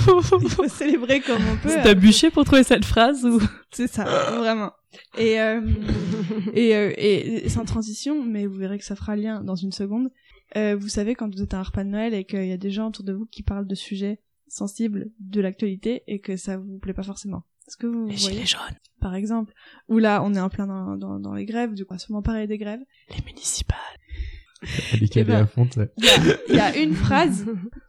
faut célébrer comme on peut.
T'as bûché pour trouver cette phrase ou
C'est ça, vraiment. Et, euh, et, euh, et- et sans transition, mais vous verrez que ça fera lien dans une seconde. euh, vous savez, quand vous êtes à un repas de Noël et qu'il y a des gens autour de vous qui parlent de sujets sensibles de l'actualité et que ça vous plaît pas forcément. Est-ce que vous voyez,
jaunes,
par exemple, où là, on est en plein dans, dans, dans les grèves, du coup, on va sûrement parler des grèves.
les municipales.
Elle est calée
ben-
à fond. ça.
Il y a- il y a une phrase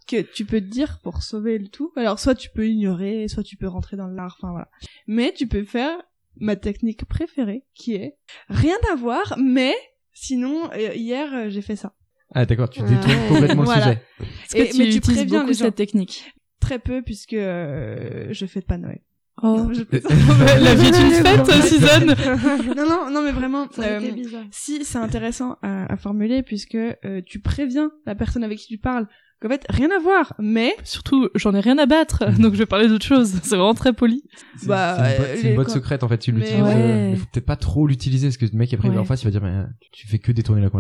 que tu peux te dire pour sauver le tout. Alors, soit tu peux ignorer, soit tu peux rentrer dans l'art, enfin voilà. Mais tu peux faire ma technique préférée, qui est rien à voir, mais sinon, euh, hier, euh, j'ai fait ça.
Ah d'accord, tu
Ouais.
détournes complètement le
Voilà.
sujet.
Est-ce que
Et-
tu,
mais tu
utilises
préviens
beaucoup
les gens.
cette technique
Très peu, puisque euh, je fête pas Noël.
Oh,
Non, je-
Euh,
la vie est une fête, Suzanne
non, non, non, mais vraiment, euh,
C'était bizarre.
si c'est intéressant à, à formuler, puisque euh, tu préviens la personne avec qui tu parles qu'en fait, rien à voir, mais
Surtout, j'en ai rien à battre, donc je vais parler d'autre chose. C'est vraiment très poli.
C'est
Bah,
c'est une,
euh,
boîte- c'est une
les-
boîte
quand-
secrète en fait, tu
Mais
l'utilises.
ouais.
euh, mais faut peut-être pas trop l'utiliser parce que le mec après
Ouais.
en face il va dire mais euh, tu fais que détourner la conversation.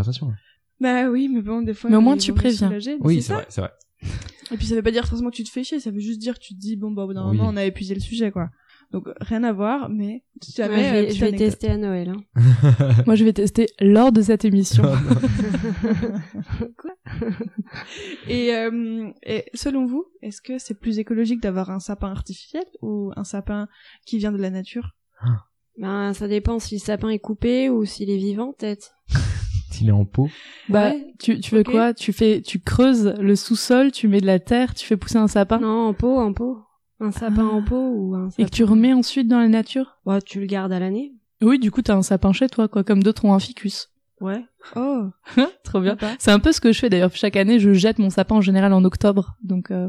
Bah oui, mais bon, des fois.
Mais au
ils
moins,
vont
tu
vous
préviens.
soulager, mais
Oui,
c'est
c'est
ça.
vrai, c'est vrai.
Et puis ça veut pas dire forcément que tu te fais chier, ça veut juste dire que tu te dis bon bah au bout d'un
Oui.
moment on a épuisé le sujet quoi. Donc euh, rien à voir, mais si
Ouais,
jamais
je
euh,
vais,
petite
je vais
anecdote.
tester à Noël. hein.
Moi, je vais tester lors de cette émission.
Et, euh, et selon vous, est-ce que c'est plus écologique d'avoir un sapin artificiel ou un sapin qui vient de la nature
Ben, ça dépend si le sapin est coupé ou s'il est vivant, peut-être.
S'il est en pot.
bah,
Ouais.
tu, tu veux
Ok.
quoi Tu fais, tu creuses le sous-sol, tu mets de la terre, tu fais pousser un sapin
Non, en pot, en pot. Un sapin
Ah.
en pot ou un
et
sapin.
que tu remets ensuite dans la nature.
Ouais, tu le gardes à l'année.
Oui, du coup, t'as un sapin chez toi, quoi, comme d'autres ont un ficus.
Ouais.
Oh,
Trop bien. C'est un peu ce que je fais d'ailleurs. Chaque année, je jette mon sapin en général en octobre. Donc, euh,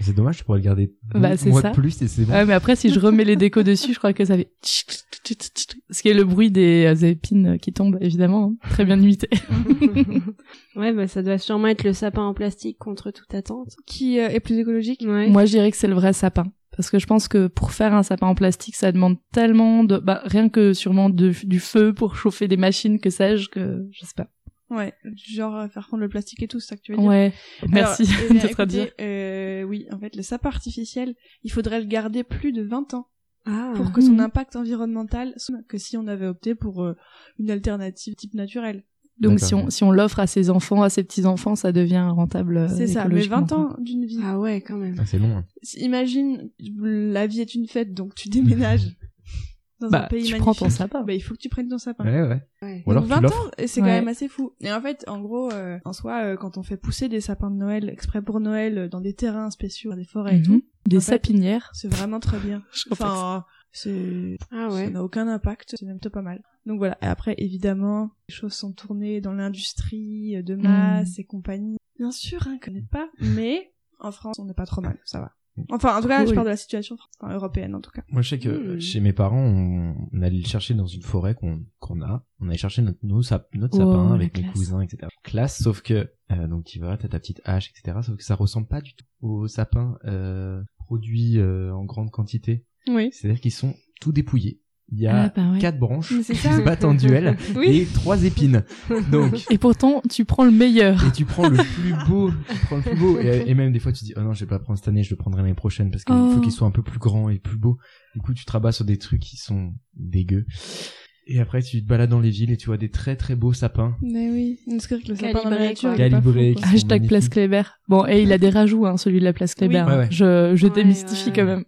C'est dommage, tu pourrais le garder
Bah,
deux
c'est
mois
ça. Ah
de plus et c'est bon.
Ouais, mais après, si je remets les décos dessus, je crois que ça fait tchit, tchit, tchit, tchit, tchit, ce qui est le bruit des euh, épines qui tombent, évidemment, hein. très bien imité.
ouais, bah, ça doit sûrement être le sapin en plastique contre toute attente.
qui euh, est plus écologique
Ouais.
Moi, je dirais que c'est le vrai sapin. Parce que je pense que pour faire un sapin en plastique, ça demande tellement de, bah, rien que sûrement de- du feu pour chauffer des machines, que sais-je, que, je sais pas.
Ouais, genre euh, faire fondre le plastique et tout, c'est ça que tu veux dire
Ouais.
Alors, eh
Merci de
bien,
te traduire.
écoutez, euh, oui, en fait, le sapin artificiel, il faudrait le garder plus de 20 ans.
Ah.
pour que son
Mhm.
impact environnemental soit que si on avait opté pour euh, une alternative type naturelle.
Donc
D'accord.
si on, si on l'offre à ses enfants, à ses petits-enfants, ça devient rentable. euh,
C'est ça, mais 20
écologiquement,
ans d'une vie.
Ah ouais, quand même.
Ah, c'est long. hein.
Imagine, la vie est une fête, donc tu déménages dans
Bah,
un pays
tu
magnifique.
prends ton sapin.
Bah, il faut que tu prennes ton sapin.
Ouais, ouais.
Ouais.
Ou alors
Donc
tu
20
l'offres.
ans, et c'est quand
Ouais.
même assez fou. Et en fait, en gros, euh, en soi, euh, quand on fait pousser des sapins de Noël exprès pour Noël euh, dans des terrains spéciaux, dans des
quoi.
forêts et
Mhm.
tout,
Des
En fait-
sapinières.
c'est vraiment très bien. Enfin, c'est
Ah
ça
ouais.
n'a aucun impact, c'est même plutôt pas mal. Donc voilà, et après évidemment, les choses sont tournées dans l'industrie euh, de masse et compagnie. Bien sûr, hein, qu'on n'est pas, mais en France, on n'est pas trop mal, ça va. Enfin, en tout cas, je
Oui.
parle de la situation fran- enfin, européenne en tout cas.
Moi, je sais que euh,
Hmm.
chez mes parents, on, on allait le chercher dans une forêt qu'on qu'on a. On allait chercher notre, nos sap- notre
Oh,
sapin
la
avec mes
classe.
cousins, etc. Classe, sauf que euh, donc tu vas, t'as ta petite hache, etc. Sauf que ça ressemble pas du tout aux sapins euh, produits euh, en grande quantité.
Oui.
C'est-à-dire qu'ils sont tout dépouillés. Il y
Ah,
a
bah ouais.
quatre branches
Mais
qui
c'est ça.
se battent en duel
Oui.
et trois épines. Donc
Et pourtant, tu prends le meilleur.
et tu prends le plus beau, tu prends le plus beau, et, et même des fois tu dis oh non je vais pas prendre cette année, je le prendrai l'année prochaine parce qu'il
Oh.
faut qu'il soit un peu plus grand et plus beau. Du coup tu te rabats sur des trucs qui sont dégueux. Et après tu te balades dans les villes et tu vois des très très beaux sapins
Mais oui, c'est vrai que le sapin
Calibré,
dans la nature,
quoi.
il est pas
Calibré,
fou,
Ils
quoi.
sont
Hashtag Place
magnifiques.
Kléber. Bon, et il a des rajouts, hein, celui de la Place Kléber.
Ouais,
hein.
ouais.
Je, je
Ouais,
démystifie
ouais.
quand même.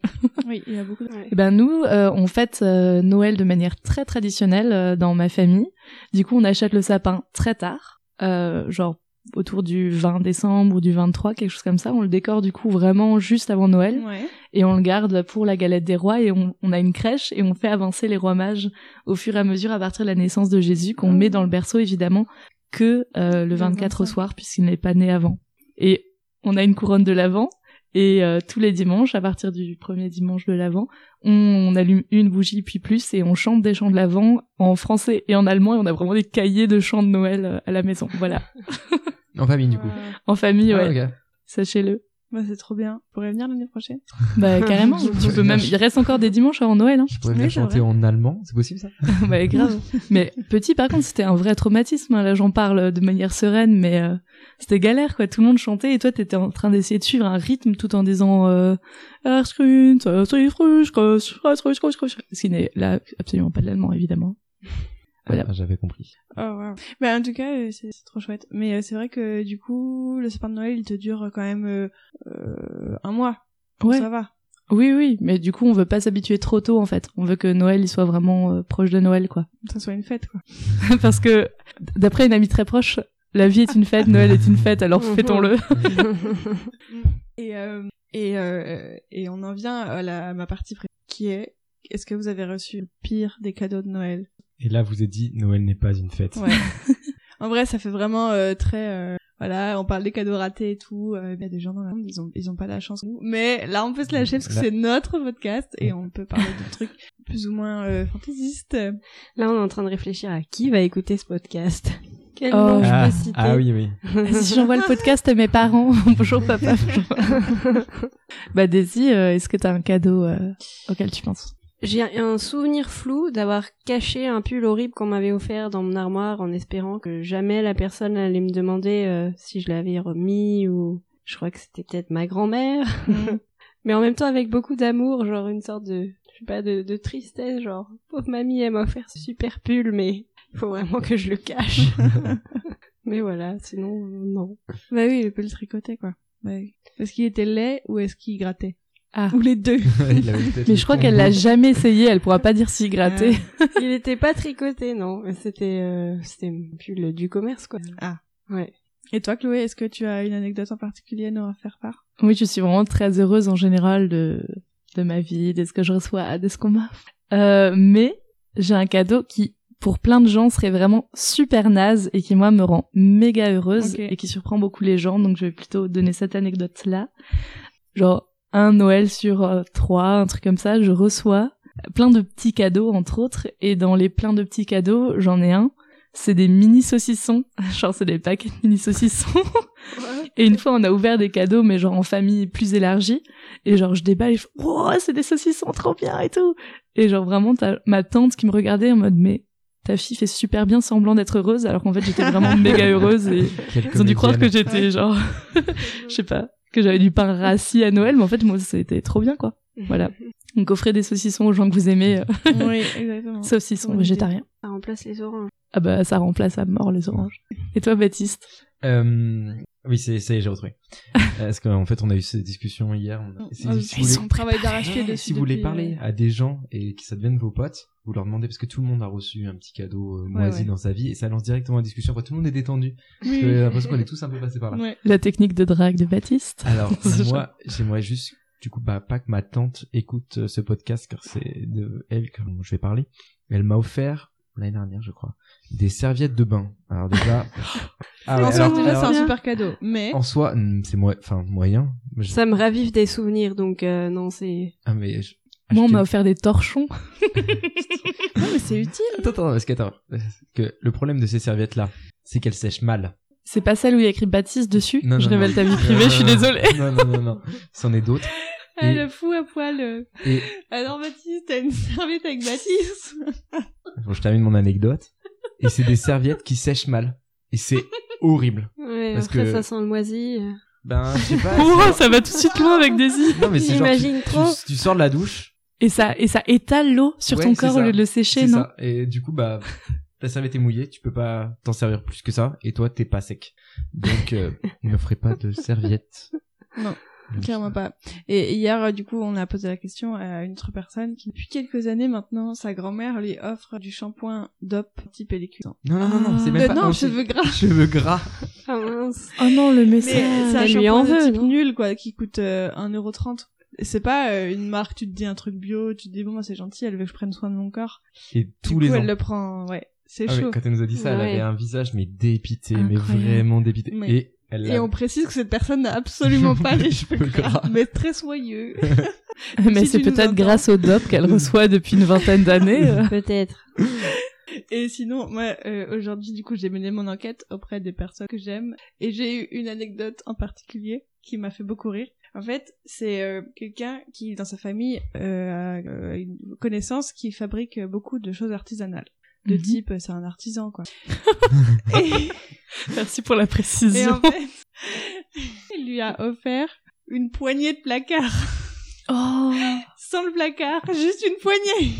Oui, il y a beaucoup de...
Ouais.
Eh ben nous, euh, on fête euh, Noël de manière très traditionnelle euh, dans ma famille. Du coup, on achète le sapin très tard, euh, genre autour du 20 décembre ou du 23, quelque chose comme ça. On le décore du coup vraiment juste avant Noël
Ouais.
et on le garde pour la galette des rois et on, on a une crèche et on fait avancer les rois mages au fur et à mesure à partir de la naissance de Jésus qu'on
Ah.
met dans le berceau évidemment que euh, le
Le
24 au
25.
soir puisqu'il n'est pas né avant. Et on a une couronne de l'Avent et euh, tous les dimanches à partir du premier dimanche de l'Avent, on, on allume une bougie puis plus et on chante des chants de l'Avent en français et en allemand et on a vraiment des cahiers de chants de Noël euh, à la maison. Voilà,
en famille du coup.
Ouais.
en famille, ouais.
Ah, ok.
Sachez-le.
Bah, c'est trop bien. Vous pourrez venir l'année prochaine
Bah carrément, tu peux même il reste encore des dimanches avant Noël hein.
Je pourrais
Oui,
venir
c'est
chanter en allemand, c'est possible ça
Bah, grave. mais petit, par contre, c'était un vrai traumatisme. hein. Là, j'en parle de manière sereine, mais euh, c'était galère, quoi. Tout le monde chantait et toi, t'étais en train d'essayer de suivre un rythme tout en disant euh, Erskrin, ça, c'est fruche, croche, croche, croche, croche, croche. Ce qui n'est là absolument pas de l'allemand, évidemment. Voilà.
Ah, J'avais compris.
Oh, wow. Bah, en tout cas, euh, c'est c'est trop chouette. Mais euh, c'est vrai que du coup, le sapin de Noël, il te dure euh, quand même euh, euh, un mois. Donc,
Ouais.
Ça va.
Oui, oui, mais du coup, on veut pas s'habituer trop tôt, en fait. On veut que Noël, il soit vraiment euh, proche de Noël, quoi.
Ça soit une fête, quoi.
Parce que, d'après une amie très proche, la vie est une fête, Noël est une fête, alors fêtons-le.
ben.
Et, euh, et, euh, et on en vient à, la, à ma partie préférée, qui est est-ce que vous avez reçu le pire des cadeaux de Noël
Et là vous êtes dit Noël n'est pas une fête.
Ouais. en vrai, ça fait vraiment euh, très. euh, voilà, on parle des cadeaux ratés et tout. euh, Il y a des gens dans la monde, ils ont, ils ont pas la chance. Mais là, on peut se lâcher parce que
Là. Mm.
c'est notre podcast et on peut parler de trucs plus ou moins euh, fantaisistes.
Là, on est en train de réfléchir à qui va écouter ce podcast. Quel
Oh.
nom je
Ah,
peux citer
ah oui oui.
si j'envoie le podcast à mes parents, bonjour papa. bonjour maman. bah Daisy, euh, est-ce que t'as un cadeau euh, auquel tu penses
J'ai un souvenir flou d'avoir caché un pull horrible qu'on m'avait offert dans mon armoire en espérant que jamais la personne allait me demander euh, si je l'avais remis ou je crois que c'était peut-être ma grand-mère. Mais en même temps avec beaucoup d'amour, genre une sorte de je sais pas de, de tristesse, genre pauvre mamie elle m'a offert ce super pull mais il faut vraiment que je le cache. mais voilà, sinon euh, non.
Bah oui, il peut le tricoter, quoi. Ouais. Est-ce qu'il était laid ou est-ce qu'il grattait
Ah.
Ou les deux.
Il avait peut-être le
Mais je crois qu'elle l'a
combo.
jamais essayé, elle pourra pas dire si gratter.
Il était pas tricoté non, c'était euh, c'était un pull du commerce quoi.
Ah.
Ouais.
Et toi, Chloé, est-ce que tu as une anecdote en particulier à nous faire part
Oui, je suis vraiment très heureuse en général de, de ma vie, de ce que je reçois, de ce qu'on m'offre. Euh, mais j'ai un cadeau qui, pour plein de gens, serait vraiment super naze et qui, moi, me rend méga heureuse
Ok.
et qui surprend beaucoup les gens. Donc, je vais plutôt donner cette anecdote-là. Genre, un Noël sur euh, trois, un truc comme ça, je reçois plein de petits cadeaux, entre autres. Et dans les plein de petits cadeaux, j'en ai un. C'est des mini saucissons. Genre, c'est des paquets de mini saucissons. Et une fois, on a ouvert des cadeaux, mais genre en famille plus élargie. Et genre, je déballe et je fais, wow, c'est des saucissons trop bien et tout. Et genre, vraiment, t'as ma tante qui me regardait en mode, mais ta fille fait super bien semblant d'être heureuse, alors qu'en fait, j'étais vraiment méga heureuse et
Quelle
ils ont dû croire que
comédienne.
j'étais genre, je sais pas, que j'avais du pain rassis à Noël, mais en fait, moi, c'était trop bien, quoi. Voilà. Donc, offrez des saucissons aux gens que vous aimez, euh,
Oui, exactement.
saucissons
Bonne idée.
végétariens.
Ça remplace les oranges.
Ah bah ça remplace à mort les oranges. Et toi Baptiste
Euh, oui, c'est, ça y est, j'ai retrouvé. Euh, Parce qu'en fait, on a eu cette discussion hier. on a- si-
Ah,
si
ils
vous
sont
voulez-
travail d'arrache-pied
Ouais,
dessus.
si vous voulez
depuis, euh,
parler à des gens et que ça devienne vos potes, vous leur demandez parce que tout le monde a reçu un petit cadeau euh, moisi
ouais.
dans sa vie et ça lance directement la discussion. Après, tout le monde est détendu. Parce
euh,
que
oui, oui.
J'ai l'impression qu'on est tous un peu passés par là.
euh, Ouais.
La technique de drague de Baptiste
Alors,
C'est
moi, j'aimerais juste, du coup, bah, pas que ma tante écoute euh, ce podcast, car c'est de elle que je vais parler. Elle m'a offert, l'année dernière, je crois, des serviettes de bain. Alors déjà... ah
en
ouais,
soi,
alors-
déjà, c'est
alors,
un super cadeau. Mais
en soi, hmm, c'est moi, enfin, moyen. Mais je-
Ça me ravive des souvenirs, donc euh, non, c'est...
Ah, mais je-
Moi on
acheter-
m'a offert des torchons.
non, mais c'est utile.
Attends, attends, parce que, attends, parce que le problème de ces serviettes-là, c'est qu'elles sèchent mal.
C'est pas celle où il y a écrit Baptiste dessus
Non, non,
Je
non.
révèle ta vie
Non,
privée,
non,
je suis
non.
désolée.
Non, non, non, non. C'en est d'autres.
Ah,
Et-
le fou à poil. euh.
Et
Alors, Baptiste, t'as une serviette avec Baptiste.
bon, je termine mon anecdote. Et c'est des serviettes qui sèchent mal. Et c'est horrible.
Ouais,
Parce
après
que-
ça sent le moisi.
Ben, je sais pas.
Oh,
c'est-
ça va tout de suite loin avec Daisy.
Non, mais c'est genre, tu,
J'imagine
tu-
trop.
tu sors de la douche.
Et ça, et ça étale l'eau sur
Ouais,
ton
c'est
corps au
ça.
lieu de le sécher,
c'est
non
ça. Et du coup, bah, ta serviette est mouillée, tu peux pas t'en servir plus que ça. Et toi, t'es pas sec. Donc, euh, n'offrez pas de serviettes.
Non,
Donc,
Clairement pas. Et hier, euh, du coup, on a posé la question à une autre personne qui, depuis quelques années maintenant, sa grand-mère lui offre du shampoing DOP type pellicule.
Non, non, non, non, c'est même
Euh,
pas.
non,
c'est-
cheveux gras.
Cheveux gras.
Ah mince.
Oh non, le
Mais
message.
c'est un
elle lui
shampoing
en
de
veut,
type
non
nul, quoi, qui coûte euh, 1,30€. C'est pas euh, une marque, tu te dis un truc bio, tu te dis bon, moi c'est gentil, elle veut que je prenne soin de mon corps.
Et
Du
tous
coup,
les ans.
elle le prend, ouais. C'est
Ah oui,
chaud.
quand elle nous a dit ça, elle
Ouais.
avait un visage mais dépité,
Incroyable.
mais vraiment dépité.
Ouais.
Et elle
Et
l'a-
on précise que cette personne n'a absolument pas les cheveux gras, mais très soyeux.
Mais
Si
c'est
tu nous
peut-être
entends.
grâce au DOP
Mm.
qu'elle reçoit depuis une vingtaine d'années. euh.
Peut-être.
Et sinon, moi, euh, aujourd'hui, du coup, j'ai mené mon enquête auprès des personnes que j'aime. Et j'ai eu une anecdote en particulier qui m'a fait beaucoup rire. En fait, c'est euh, quelqu'un qui, dans sa famille, euh, a euh, une connaissance qui fabrique euh, beaucoup de choses artisanales. De
Mhm.
type, euh, c'est un artisan, quoi. et,
Merci pour la
et
précision.
en fait, il lui a offert une poignée de placard.
Oh,
Sans le placard, juste une poignée.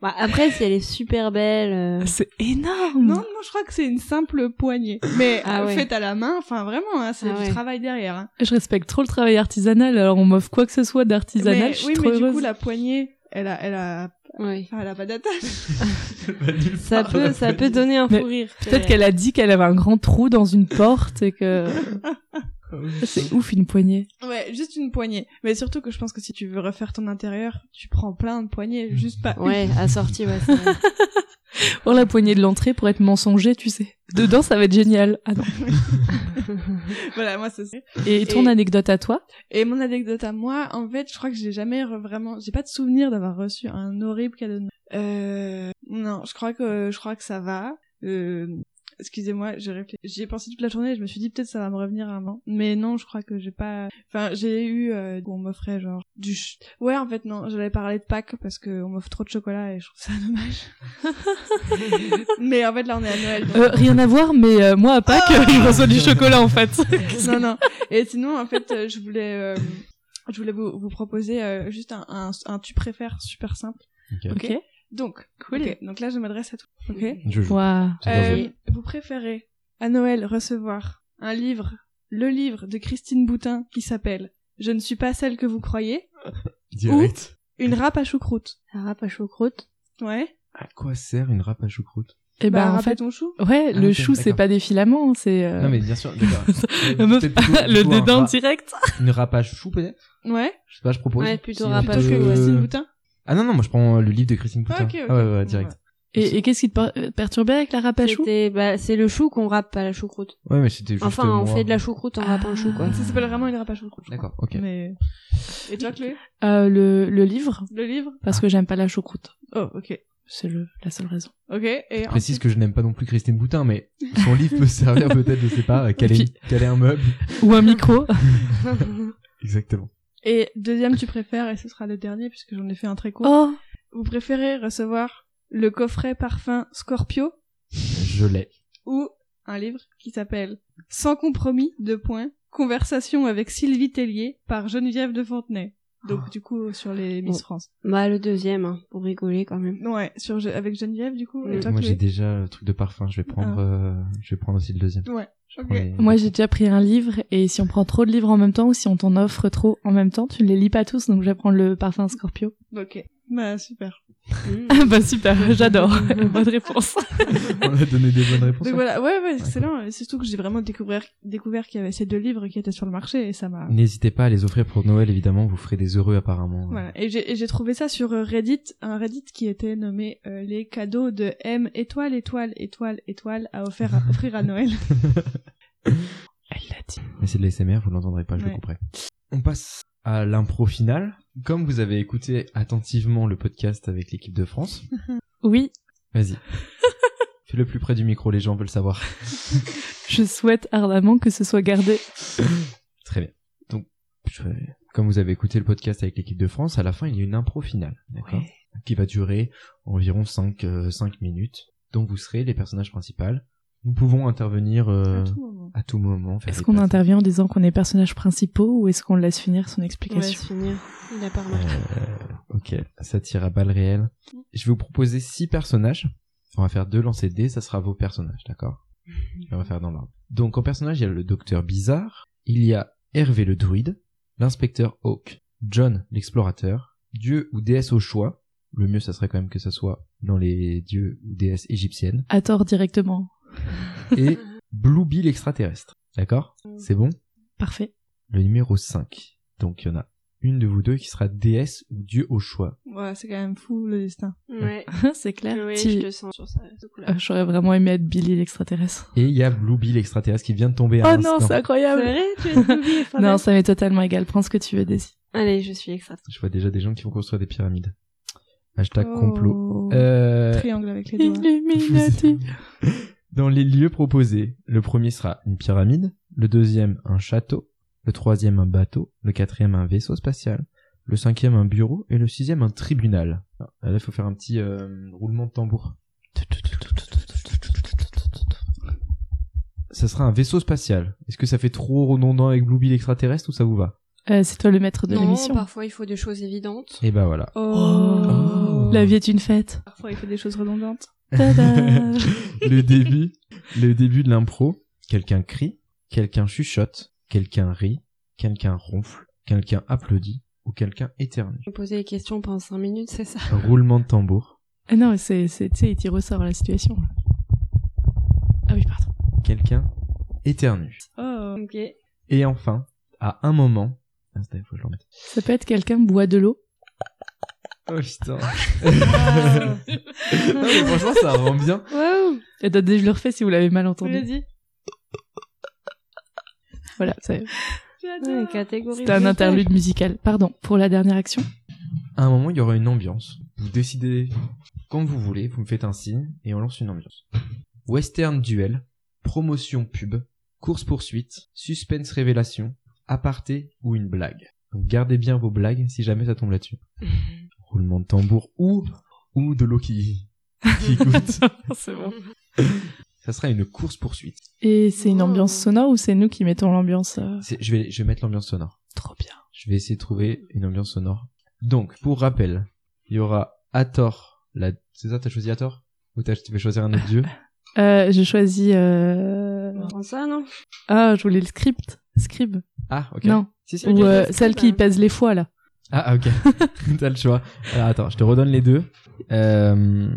Bah, après, si elle est super belle... euh,
c'est énorme.
Non, non, je crois que c'est une simple poignée. Mais
Ah
euh,
ouais.
faite à la main, enfin vraiment, hein, c'est
Ah
du
ouais.
travail derrière. hein.
Je respecte trop le travail artisanal. Alors on m'offre quoi que ce soit d'artisanal,
mais,
je suis
oui,
trop
mais du
heureuse.
coup, la poignée, elle a, elle a,
ouais.
enfin, elle a pas d'attache.
Ça peut, ça peut donner un
Ah, Mais
fou rire.
Peut-être qu'elle a dit qu'elle avait un grand trou dans une porte et que c'est ouf une poignée.
Ouais, juste une poignée. Mais surtout que je pense que si tu veux refaire ton intérieur, tu prends plein de poignées, juste pas une.
Ouais, assortie, ouais. c'est vrai.
Or la poignée de l'entrée pour être mensonger, tu sais. Dedans ça va être génial. Ah non.
Voilà, moi c'est ça.
Et ton
Et-
anecdote à toi
Et mon anecdote à moi, en fait, je crois que j'ai jamais re- vraiment, j'ai pas de souvenir d'avoir reçu un horrible cadeau. de Noël. Euh, non, je crois que je crois que ça va. Euh, excusez-moi, j'ai réfléchi, j'y ai pensé toute la journée, et je me suis dit peut-être ça va me revenir avant. Mais non, je crois que j'ai pas. Enfin, j'ai eu, euh, on m'offrait genre du. ch- Ouais, en fait non, j'allais parler de Pâques parce que on m'offre trop de chocolat et je trouve ça dommage. Mais en fait là, on est à Noël. donc-
Euh, Rien à voir, mais euh, moi à Pâques,
Ah.
je reçois du chocolat en fait.
non, non. Et sinon, en fait, euh, je voulais, euh, je voulais vous, vous proposer euh, juste un, un, un tu préfères super simple.
Ok.
Donc, cool. Donc là, je m'adresse à tout. Ok.
Je joue.
Waouh.
C'est
Euh,
dangereux.
vous préférez à Noël recevoir un livre, le livre de Christine Boutin qui s'appelle Je ne suis pas celle que vous croyez,
Direct.
une râpe à choucroute.
La râpe à choucroute.
Ouais.
À quoi sert une râpe à choucroute
Et ben
bah,
en
râper
fait,
ton chou.
ouais, le
ok,
chou c'est
d'accord.
pas des filaments, c'est. euh,
Non mais bien sûr, d'accord.
la
Euh,
meuf,
peut-être plutôt-
le
plutôt un
dédain
rap-
direct.
Une râpe à chou peut-être
Ouais.
Je sais pas, je propose.
Ouais, plutôt
Si-
râpe à
Plutôt que
chou.
Christine Boutin.
Ah non, non, moi je prends le livre de Christine
Ah,
Poutin.
ok, ok.
Ah ouais, ouais, direct.
Et, et qu'est-ce qui te per- euh, perturbait avec la râpe à choux
C'était, bah, c'est le chou qu'on râpe, pas la choucroute.
Ouais, mais c'était juste
Enfin, on
moi.
fait de la choucroute en
Ah.
râpant le chou, quoi.
Ça s'appelle vraiment une râpe à choucroute. je crois.
D'accord, ok.
Mais... Et toi, Chloé
Euh, le, le livre,
Le livre
Ah.
parce que j'aime pas la choucroute.
Oh, ok.
C'est le- la seule raison.
Ok. Et
Je précise que je n'aime pas non plus Christine Boutin, mais son livre peut servir peut-être, je sais pas, euh, à caler,
puis-
caler un meuble.
Ou un micro. Ah.
Exactement.
Et deuxième, tu préfères, et ce sera le dernier puisque j'en ai fait un très court.
oh
Vous préférez recevoir le coffret parfum Scorpio
Je l'ai.
ou un livre qui s'appelle Sans compromis, de points, conversation avec Sylvie Tellier par Geneviève de Fontenay. Donc du coup sur les Miss France.
Bah, le deuxième, hein, pour rigoler quand même.
Ouais, sur Je- avec Geneviève du coup. Et
Mm.
toi,
Moi,
Chloé
j'ai déjà le truc de parfum. Je vais prendre, euh, je vais prendre aussi le deuxième.
Ouais.
Je
Ok.
prends les-
Moi, j'ai déjà pris un livre, et si on prend trop de livres en même temps, ou si on t'en offre trop en même temps, tu ne les lis pas tous, donc je vais prendre le parfum Scorpio.
Ok. Bah super.
Mm.
Ah bah super, j'adore. Bonne réponse.
On a donné des bonnes réponses. hein.
Donc voilà, ouais, ouais, excellent. Et C'est surtout que j'ai vraiment découvert, découvert qu'il y avait ces deux livres qui étaient sur le marché et ça m'a.
N'hésitez pas à les offrir pour Noël, évidemment. Vous ferez des heureux, apparemment.
Voilà. Et j'ai et j'ai trouvé ça sur euh, Reddit, un Reddit qui était nommé euh, les cadeaux de M étoile étoile étoile étoile à offrir à, offrir à Noël.
Elle l'a dit.
Mais c'est de l'ASMR, vous l'entendrez pas, je
Ouais.
le couperai. On passe à l'impro finale. Comme vous avez écouté attentivement le podcast avec l'équipe de France,
Oui,
vas-y. Fais le plus près du micro, les gens veulent savoir.
je souhaite ardemment que ce soit gardé.
Très bien. Donc, je vais- comme vous avez écouté le podcast avec l'équipe de France, à la fin, il y a une impro finale, d'accord Qui va durer environ 5, minutes, dont vous serez les personnages principaux. Nous pouvons intervenir euh,
À tout moment.
à tout moment. faire
Est-ce
des
qu'on
passes.
intervient en disant qu'on est personnages principaux ou est-ce qu'on laisse finir son
On laisse
explication
finir. Il a pas remarqué.
Euh, ok, ça tire à balles réelles. Je vais vous proposer six personnages. On va faire deux lancers de dés, ça sera vos personnages, d'accord On va faire dans l'ordre. Donc en personnage, il y a le docteur Bizarre, il y a Hervé le druide, l'inspecteur Hawk, John l'explorateur, dieu ou déesse au choix. Le mieux, ça serait quand même que ça soit dans les dieux ou déesses égyptiennes.
À tort directement.
Et Blue Bill extraterrestre, d'accord C'est bon
Parfait.
Le numéro 5. Donc il y en a une de vous deux qui sera déesse ou dieu au choix.
Ouais, c'est quand même fou le destin.
Ouais.
C'est clair.
Oui,
Ti-
je te sens sur ça. ce coup-là.
Euh, J'aurais vraiment aimé être Billy l'extraterrestre.
Et il y a Blue Bill extraterrestre qui vient de tomber à
Oh non, c'est
l'instant.
C'est
incroyable.
vrai, tu as oublié.
Non, ça m'est totalement égal. Prends ce que tu veux, Daisy.
Allez, je suis extra.
Je vois déjà des gens qui vont construire des pyramides. Hashtag
Oh.
complot. Euh,
Triangle avec les doigts.
Illuminati.
dans les lieux proposés, le premier sera une pyramide, le deuxième un château, le troisième un bateau, le quatrième un vaisseau spatial, le cinquième un bureau et le sixième un tribunal. Ah, Là, il faut faire un petit euh, roulement de tambour. Ça sera un vaisseau spatial. Est-ce que ça fait trop redondant avec Blue Bill extraterrestre ou ça vous va
Euh, c'est toi le maître de l'émission.
parfois il faut des choses évidentes.
Et ben voilà.
Oh.
Oh.
La vie est une fête.
Parfois il fait des choses redondantes.
Tada.
le début, le début de l'impro, quelqu'un crie, quelqu'un chuchote, quelqu'un rit, quelqu'un ronfle, quelqu'un applaudit ou quelqu'un éternue.
On poser les questions pendant 5 minutes, c'est ça.
Roulement de tambour,
Ah non, mais c'est, c'est, tu sais, il t'y ressort la situation. Ah oui, pardon.
quelqu'un éternue.
Oh.
Ok.
Et enfin, à un moment, Ah, c'était- faut que je le remette.
Ça peut être quelqu'un boit de l'eau.
Oh putain. Non, mais franchement, ça rend bien.
Waouh
Et attendez, je le refais si vous l'avez mal
Tu l'as
entendu.
dit.
Voilà, c'est,
Ouais,
J'adore.
Catégorie.
c'est un
de
interlude musical. Pardon, pour la dernière action.
À un moment, il y aura une ambiance. Vous décidez quand vous voulez, vous me faites un signe et on lance une ambiance. Western duel, promotion pub, course poursuite, suspense révélation, aparté ou une blague. Donc gardez bien vos blagues si jamais ça tombe là-dessus. Roulement de tambour ou ou de l'eau qui qui goûte.
c'est bon.
ça sera une course poursuite.
Et c'est une ambiance sonore ou c'est nous qui mettons l'ambiance euh,
C'est- Je vais je vais mettre l'ambiance sonore.
Trop bien.
Je vais essayer de trouver une ambiance sonore. Donc, pour rappel, il y aura Hathor. La... C'est ça, t'as choisi Hathor Ou t'as tu veux choisir un autre dieu
Euh, je choisis. euh,
musique. On prend ça, non
Ah, je voulais le script. Scribe.
Ah, ok.
Non.
Si, si.
Ou euh,
scribe,
celle qui
hein.
pèse les fois, là.
Ah, ah, ok. t'as le choix. Alors, attends, je te redonne les deux. Euh...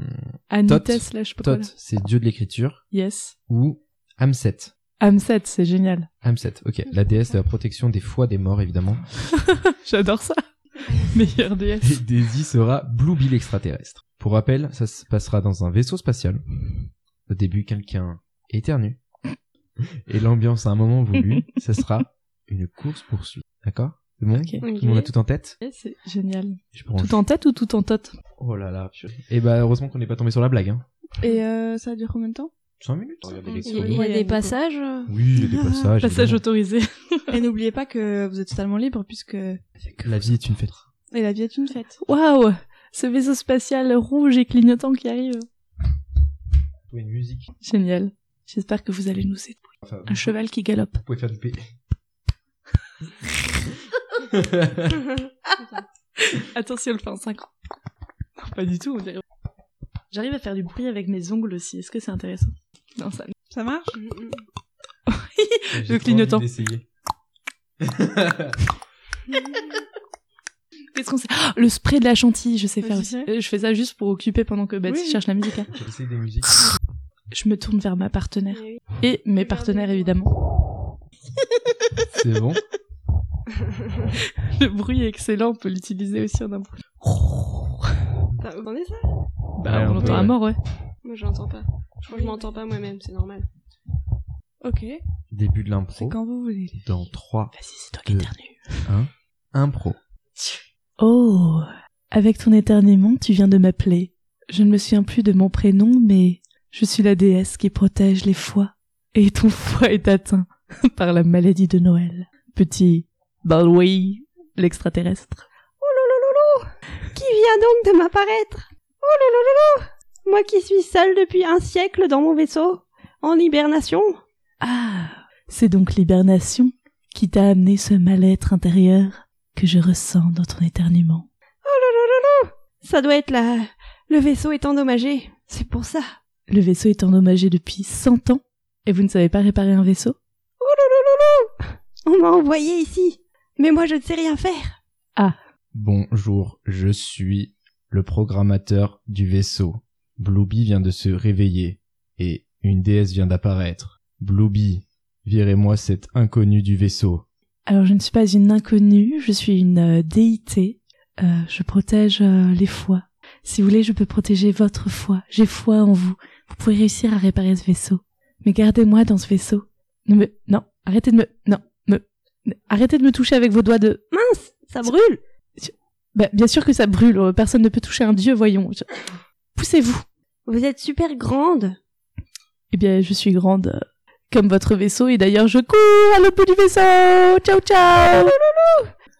Anites,
Tot.
là, je sais pas quoi,
Thoth,
là.
c'est dieu de l'écriture.
Yes.
Ou Amset.
Amset, c'est génial.
Amset, ok. La déesse de la protection des foies des morts, évidemment.
J'adore ça. Meilleur DS.
Et Daisy sera Blue Bill extraterrestre. Pour rappel, ça se passera dans un vaisseau spatial. Au début, quelqu'un éternue. Et l'ambiance à un moment voulu, ça sera une course-poursuite. D'accord C'est bon
Ok.
Tout le monde a tout en tête
C'est génial.
Je prends...
Tout en tête ou tout en tote
Oh là là. Et bah, heureusement qu'on n'est pas tombé sur la blague. Hein.
Et euh, ça dure combien de temps
5 minutes
Il y a- il y a
Ouais,
des
du coup.
passages. euh,
Oui, il y a des passages.
Ah. Passage
évidemment.
autorisé.
Et n'oubliez pas que vous êtes totalement libre puisque et
La vie est une fête.
la vie est une fête.
Waouh Ce vaisseau spatial rouge et clignotant qui arrive.
Une musique.
Génial. J'espère que vous allez nous aider.
Enfin,
Un cheval qui galope.
vous pouvez faire du P.
Attends, si on le fait en 5 ans. Non, pas du tout, on dirait. J'arrive à faire du bruit avec mes ongles aussi, est-ce que c'est intéressant Non, ça.
Ça marche
Mm,
J'ai
Le
trop
clignotant.
envie d'essayer.
Qu'est-ce qu'on sait Ah, Le spray de la chantilly, je sais
Vas-y,
faire aussi.
fais.
Euh, Je fais ça juste pour occuper pendant que Baptiste
Oui.
cherche la musique. hein.
J'essaie des musiques.
Je me tourne vers ma partenaire. Et mes partenaires, évidemment.
C'est bon.
Le bruit est excellent, on peut l'utiliser aussi
Ah,
en impro.
Enfin, Vous entendez ça
Ouais,
Bah,
un
on
peu,
l'entend à
ouais.
mort, ouais.
Moi, je l'entends pas. Je crois que je m'entends pas moi-même, c'est normal.
Ok.
Oh. Début de
C'est
l'impro.
quand vous voulez.
Dans 3,
Vas-y, c'est toi
qui Deux. impro.
Oh, avec ton éternuement, tu viens de m'appeler. Je ne me souviens plus de mon prénom, mais je suis la déesse qui protège les foies. Et ton foie est atteint par la maladie de Noël. Petit Baldwin, l'extraterrestre.
Qui vient donc de m'apparaître Oh lolo lolo Moi qui suis seule depuis un siècle dans mon vaisseau, en hibernation.
Ah, c'est donc l'hibernation qui t'a amené ce mal-être intérieur que je ressens dans ton éternuement.
Ça doit être la... Le vaisseau est endommagé, c'est pour ça.
Le vaisseau est endommagé depuis 100 ans et vous ne savez pas réparer un vaisseau
On m'a envoyé ici. Mais moi, je ne sais rien faire.
Bonjour, je suis le programmateur du vaisseau. Blooby vient de se réveiller et une déesse vient d'apparaître. Blooby, virez-moi cet inconnu du vaisseau.
Alors je ne suis pas une inconnue, je suis une euh, déité. Euh, je protège euh, les foies. Si vous voulez, je peux protéger votre foi. J'ai foi en vous. Vous pouvez réussir à réparer ce vaisseau. Mais gardez-moi dans ce vaisseau. Ne me... Non, arrêtez de me... Non, me... ne- Arrêtez de me toucher avec vos doigts de...
Mince, ça brûle.
Bah, bien sûr que ça brûle, euh, personne ne peut toucher un dieu, voyons. Je- Poussez-vous.
Vous êtes super grande.
Eh bien, je suis grande euh, comme votre vaisseau et d'ailleurs je cours à l'autre bout du vaisseau. Ciao, ciao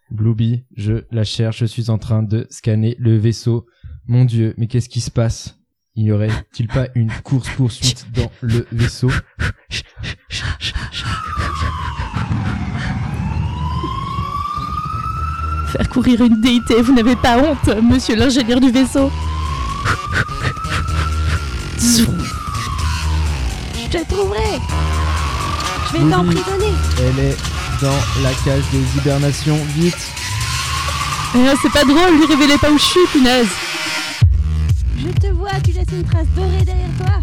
Blooby, je la cherche, je suis en train de scanner le vaisseau. Mon dieu, mais qu'est-ce qui se passe Il n'y aurait-il pas une course-poursuite dans le vaisseau
Faire courir une déité, vous n'avez pas honte, monsieur l'ingénieur du vaisseau.
Je te trouverai. Je vais
Oui.
t'emprisonner.
Elle est dans la cage des hibernations, vite
Ah, c'est pas drôle, lui révélez pas où je suis, punaise.
Je te vois, tu laisses une trace dorée derrière toi.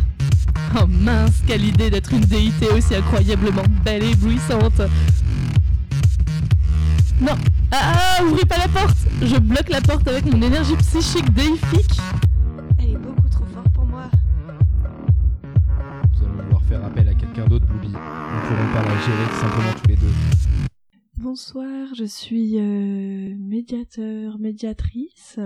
Oh mince, quelle idée d'être une déité aussi incroyablement belle et éblouissante. Non, ah, ah, ouvrez pas la porte. Je bloque la porte avec mon énergie psychique déifique.
Elle est beaucoup trop forte pour moi.
Nous allons devoir faire appel à quelqu'un d'autre, Blooby. Nous ne pourrons pas la gérer simplement tous les deux.
Bonsoir, je suis euh, médiateur, médiatrice.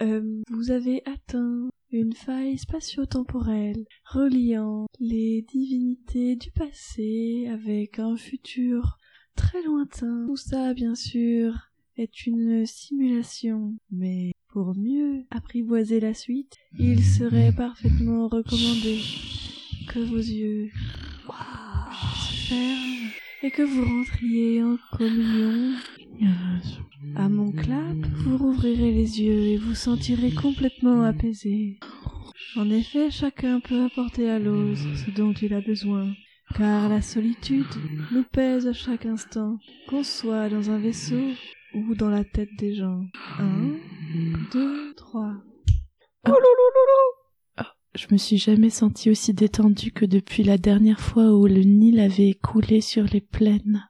Euh, vous avez atteint une faille spatio-temporelle reliant les divinités du passé avec un futur très lointain. Tout ça, bien sûr, est une simulation, mais pour mieux apprivoiser la suite, il serait parfaitement recommandé que vos yeux se ferment et que vous rentriez en communion. À mon clap, vous rouvrirez les yeux et vous sentirez complètement apaisé. En effet, chacun peut apporter à l'autre ce dont il a besoin, car la solitude nous pèse à chaque instant, qu'on soit dans un vaisseau ou dans la tête des gens. Un, deux, trois.
Je me suis jamais sentie aussi détendue que depuis la dernière fois où le Nil avait coulé sur les plaines.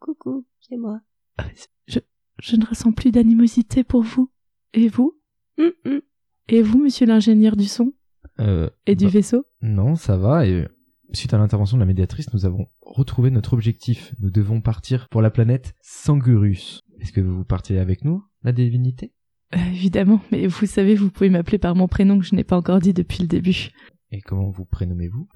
Coucou, c'est moi.
Je, je ne ressens plus d'animosité pour vous. Et vous
Hum, hum.
Et vous, monsieur l'ingénieur du son
Euh,
Et du
bah,
vaisseau
Non, ça va. Et euh, suite à l'intervention de la médiatrice, nous avons retrouvé notre objectif. Nous devons partir pour la planète Sangurus. Est-ce que vous partez avec nous, la divinité
Euh, Évidemment, mais vous savez, vous pouvez m'appeler par mon prénom que je n'ai pas encore dit depuis le début.
Et comment vous prénommez-vous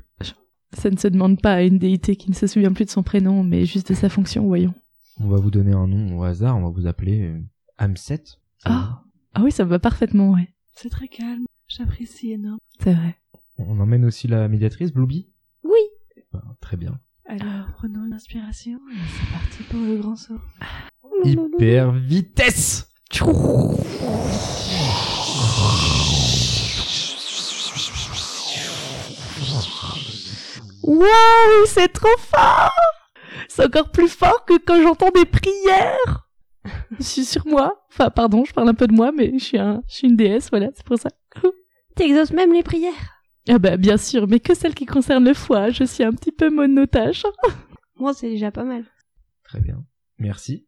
Ça ne se demande pas à une déité qui ne se souvient plus de son prénom, mais juste de sa fonction, voyons.
On va vous donner un nom au hasard. On va vous appeler euh, Amset. Ça
Ah Ah oui, ça me va parfaitement, ouais.
C'est très calme, j'apprécie énormément.
C'est vrai.
va On emmène aussi la médiatrice, Blooby
Oui.
Ben, Très bien.
Alors,
Oh
prenons une inspiration et c'est parti pour le grand saut.
Hyper vitesse
Waouh, c'est trop fort C'est encore plus fort que quand j'entends des prières Je suis sur moi. Enfin, pardon, je parle un peu de moi, mais je suis, un, je suis une déesse, voilà, c'est pour ça.
T'exauces même les prières.
Ah bah, bien sûr, mais que celles qui concernent le foie, je suis un petit peu monotache.
Moi, c'est déjà pas mal.
Très bien. Merci.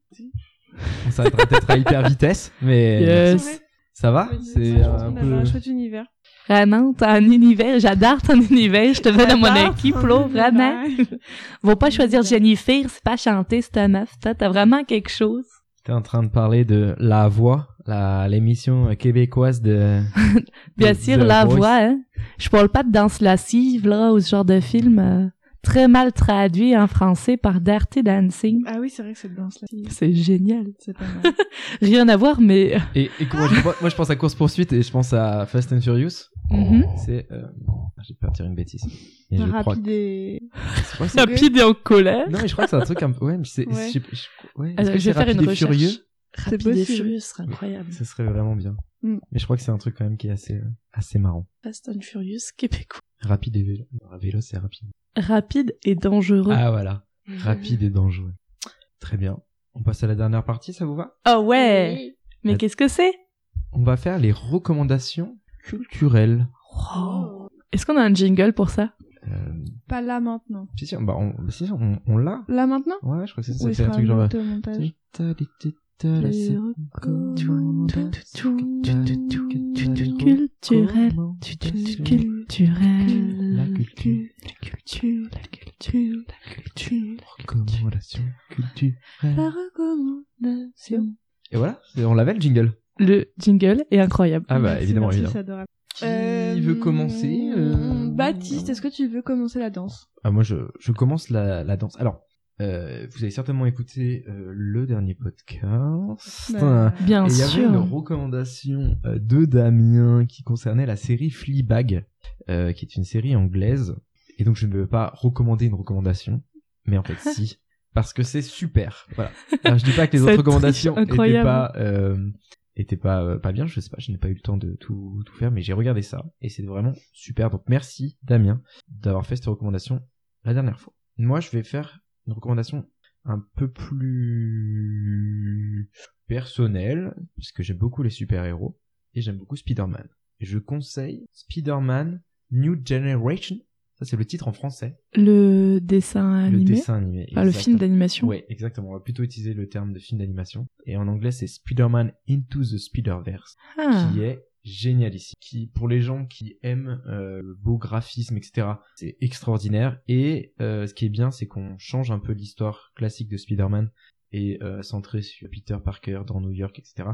On s'arrêtera peut-être à hyper vitesse, mais
Yes
ça va C'est un
On a
peu.
un chouette univers.
Vraiment, Ah t'as un univers, j'adore ton univers, je te veux dans mon
J'adore
équipe,
ton
là, vraiment.
univers.
Vont pas choisir Jennifer, c'est pas chanter, c'est ta meuf, toi, t'as vraiment quelque chose.
T'es en train de parler de La Voix, la- l'émission québécoise de.
Bien
de
sûr,
The
la
Voice.
voix, hein. Je parle pas de danse lascive, là, ou ce genre de film euh, très mal traduit en français par Dirty Dancing.
Ah oui, c'est vrai que cette danse-là, c'est-
C'est génial.
c'est pas mal.
Rien à voir, mais...
Et, et comment je- moi, moi, je pense à Course Poursuite et je pense à Fast and Furious.
Mhm.
C'est. euh, J'ai peur de dire une bêtise. Mais je crois que-
Rapide et...
c'est quoi, c'est-
Rapide et en colère.
Non, mais je crois que c'est un truc un peu. Ouais, mais c'est.
Ouais.
je sais pas, je- ouais, est-ce
Alors,
que
je
c'est
vais faire une
Rapide et
recherche.
Furieux
C'est
Rapide et
possible.
furieux, ce serait incroyable.
Ce serait vraiment bien.
Mm.
Mais je crois que c'est un truc quand même qui est assez, euh, assez marrant.
Fast and Furious québécois.
Rapide et vélo. Non, Vélo, c'est rapide.
Rapide et dangereux.
Ah voilà. Rapide et dangereux. Très bien. On passe à la dernière partie, ça vous va
Oh ouais Mais qu'est-ce que c'est
On va faire les recommandations culturelles.
Oh. Est-ce qu'on a un jingle pour ça
Euh,
Pas là maintenant.
si, si, on- bah, on, bah, si, si, on, on l'a
Là maintenant
Ouais, je crois que c'est ça.
Oui,
C'est un truc genre...
au montage.
euh,
Culturel. Culturel.
Euh,
La culture. Recommandation culturelle.
recommandation.
Et voilà, c'est- on l'avait le jingle.
Le jingle est incroyable.
Ah bah
Merci,
évidemment,
merci,
évidemment.
c'est adorable.
Qui
Euh,
veut commencer euh,
Baptiste, est-ce que tu veux commencer la danse
Ah, moi, je, je commence la, la danse. Alors, euh, vous avez certainement écouté euh, le dernier podcast.
Bah,
Bien
Et il y avait une
sûr.
recommandation euh, de Damien qui concernait la série Fleabag, euh, qui est une série anglaise. Et donc, je ne veux pas recommander une recommandation, mais en fait, si. Parce que c'est super. Voilà. Alors, je dis pas que les
Cette
autres recommandations
triche
étaient
incroyable.
pas, euh, étaient pas, euh, pas bien. Je sais pas, je n'ai pas eu le temps de tout, tout faire, mais j'ai regardé ça. Et c'est vraiment super. Donc, merci Damien d'avoir fait cette recommandation la dernière fois. Moi, je vais faire une recommandation un peu plus personnelle, puisque j'aime beaucoup les super-héros, et j'aime beaucoup Spider-Man. Et je conseille Spider-Man New Generation. Ça, c'est le titre en français.
Le dessin
Le
animé.
dessin animé.
Enfin, le film
exactement.
d'animation.
Ouais, exactement. On va plutôt utiliser le terme de film d'animation. Et en anglais, c'est Spider-Man Into the Spider-Verse
Ah.
qui est génial ici. Qui, pour les gens qui aiment euh, le beau graphisme, etc., c'est extraordinaire. Et euh, ce qui est bien, c'est qu'on change un peu l'histoire classique de Spider-Man et euh, centré sur Peter Parker dans New York, etc.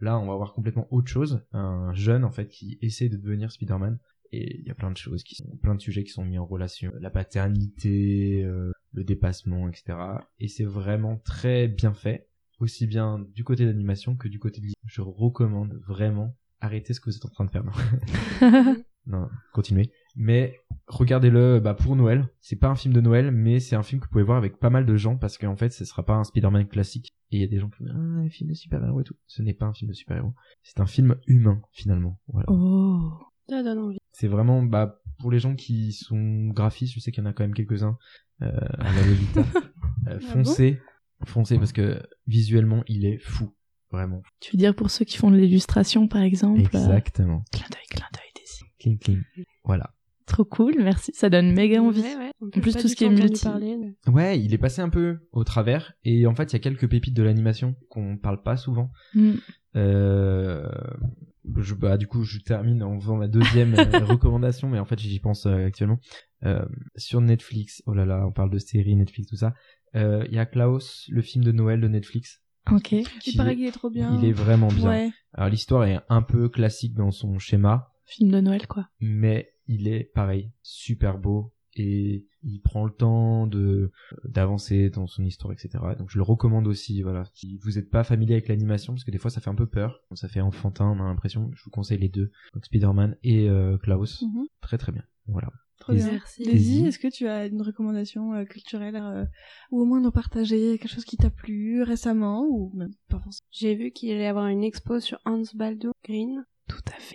Là, on va avoir complètement autre chose. Un jeune, en fait, qui essaie de devenir Spider-Man. Et il y a plein de choses qui sont, plein de sujets qui sont mis en relation. La paternité, euh, le dépassement, etc. Et c'est vraiment très bien fait aussi bien du côté d'animation que du côté de l'histoire. Je recommande vraiment arrêtez ce que vous êtes en train de faire. Non, non continuez. Mais regardez-le bah, pour Noël. C'est pas un film de Noël, mais c'est un film que vous pouvez voir avec pas mal de gens parce qu'en fait, ce sera pas un Spider-Man classique. Et il y a des gens qui disent ah, un film de super-héros et tout. Ce n'est pas un film de super-héros. C'est un film humain finalement. Voilà.
oh.
Ça donne envie.
C'est vraiment bah, pour les gens qui sont graphistes, je sais qu'il y en a quand même quelques-uns euh, à la Lolita. Euh, foncez, foncez parce que visuellement, il est fou, vraiment.
Tu veux dire pour ceux qui font de l'illustration, par exemple. euh,
Exactement.
clin d'œil, clin d'œil, dessine.
Cling cling. Voilà.
Trop cool, merci. Ça donne méga envie.
Ouais, ouais.
En plus,
Pas
tout
du
ce qui est
entendu
multi.
parler.
Ouais, il est passé un peu au travers et en fait, il y a quelques pépites de l'animation qu'on parle pas souvent.
Mm.
Euh, je, bah, du coup, je termine en faisant ma deuxième euh, recommandation, mais en fait, j'y pense euh, actuellement. Euh, sur Netflix, oh là là, on parle de séries Netflix, tout ça. Euh, Il y a Klaus, le film de Noël de Netflix.
Ok.
Qui
qui
Bah, paraît
est-
qu'il est trop bien.
Il est vraiment bien.
Ouais.
Alors, l'histoire est un peu classique dans son schéma.
Film de Noël, quoi.
mais il est pareil, super beau et il prend le temps de d'avancer dans son histoire, etc. Donc je le recommande aussi, voilà. Si vous n'êtes pas familier avec l'animation, parce que des fois ça fait un peu peur, ça fait enfantin, on a l'impression. Je vous conseille les deux, donc Spider-Man et euh, Klaus,
Mhm.
très très bien. Voilà.
trop bien.
Merci.
Daisy, est-ce que tu as une recommandation euh, culturelle euh, ou au moins nous partager quelque chose qui t'a plu récemment ou même pas forcément
J'ai vu qu'il allait y avoir une expo sur Hans Baldo Green
Tout à fait.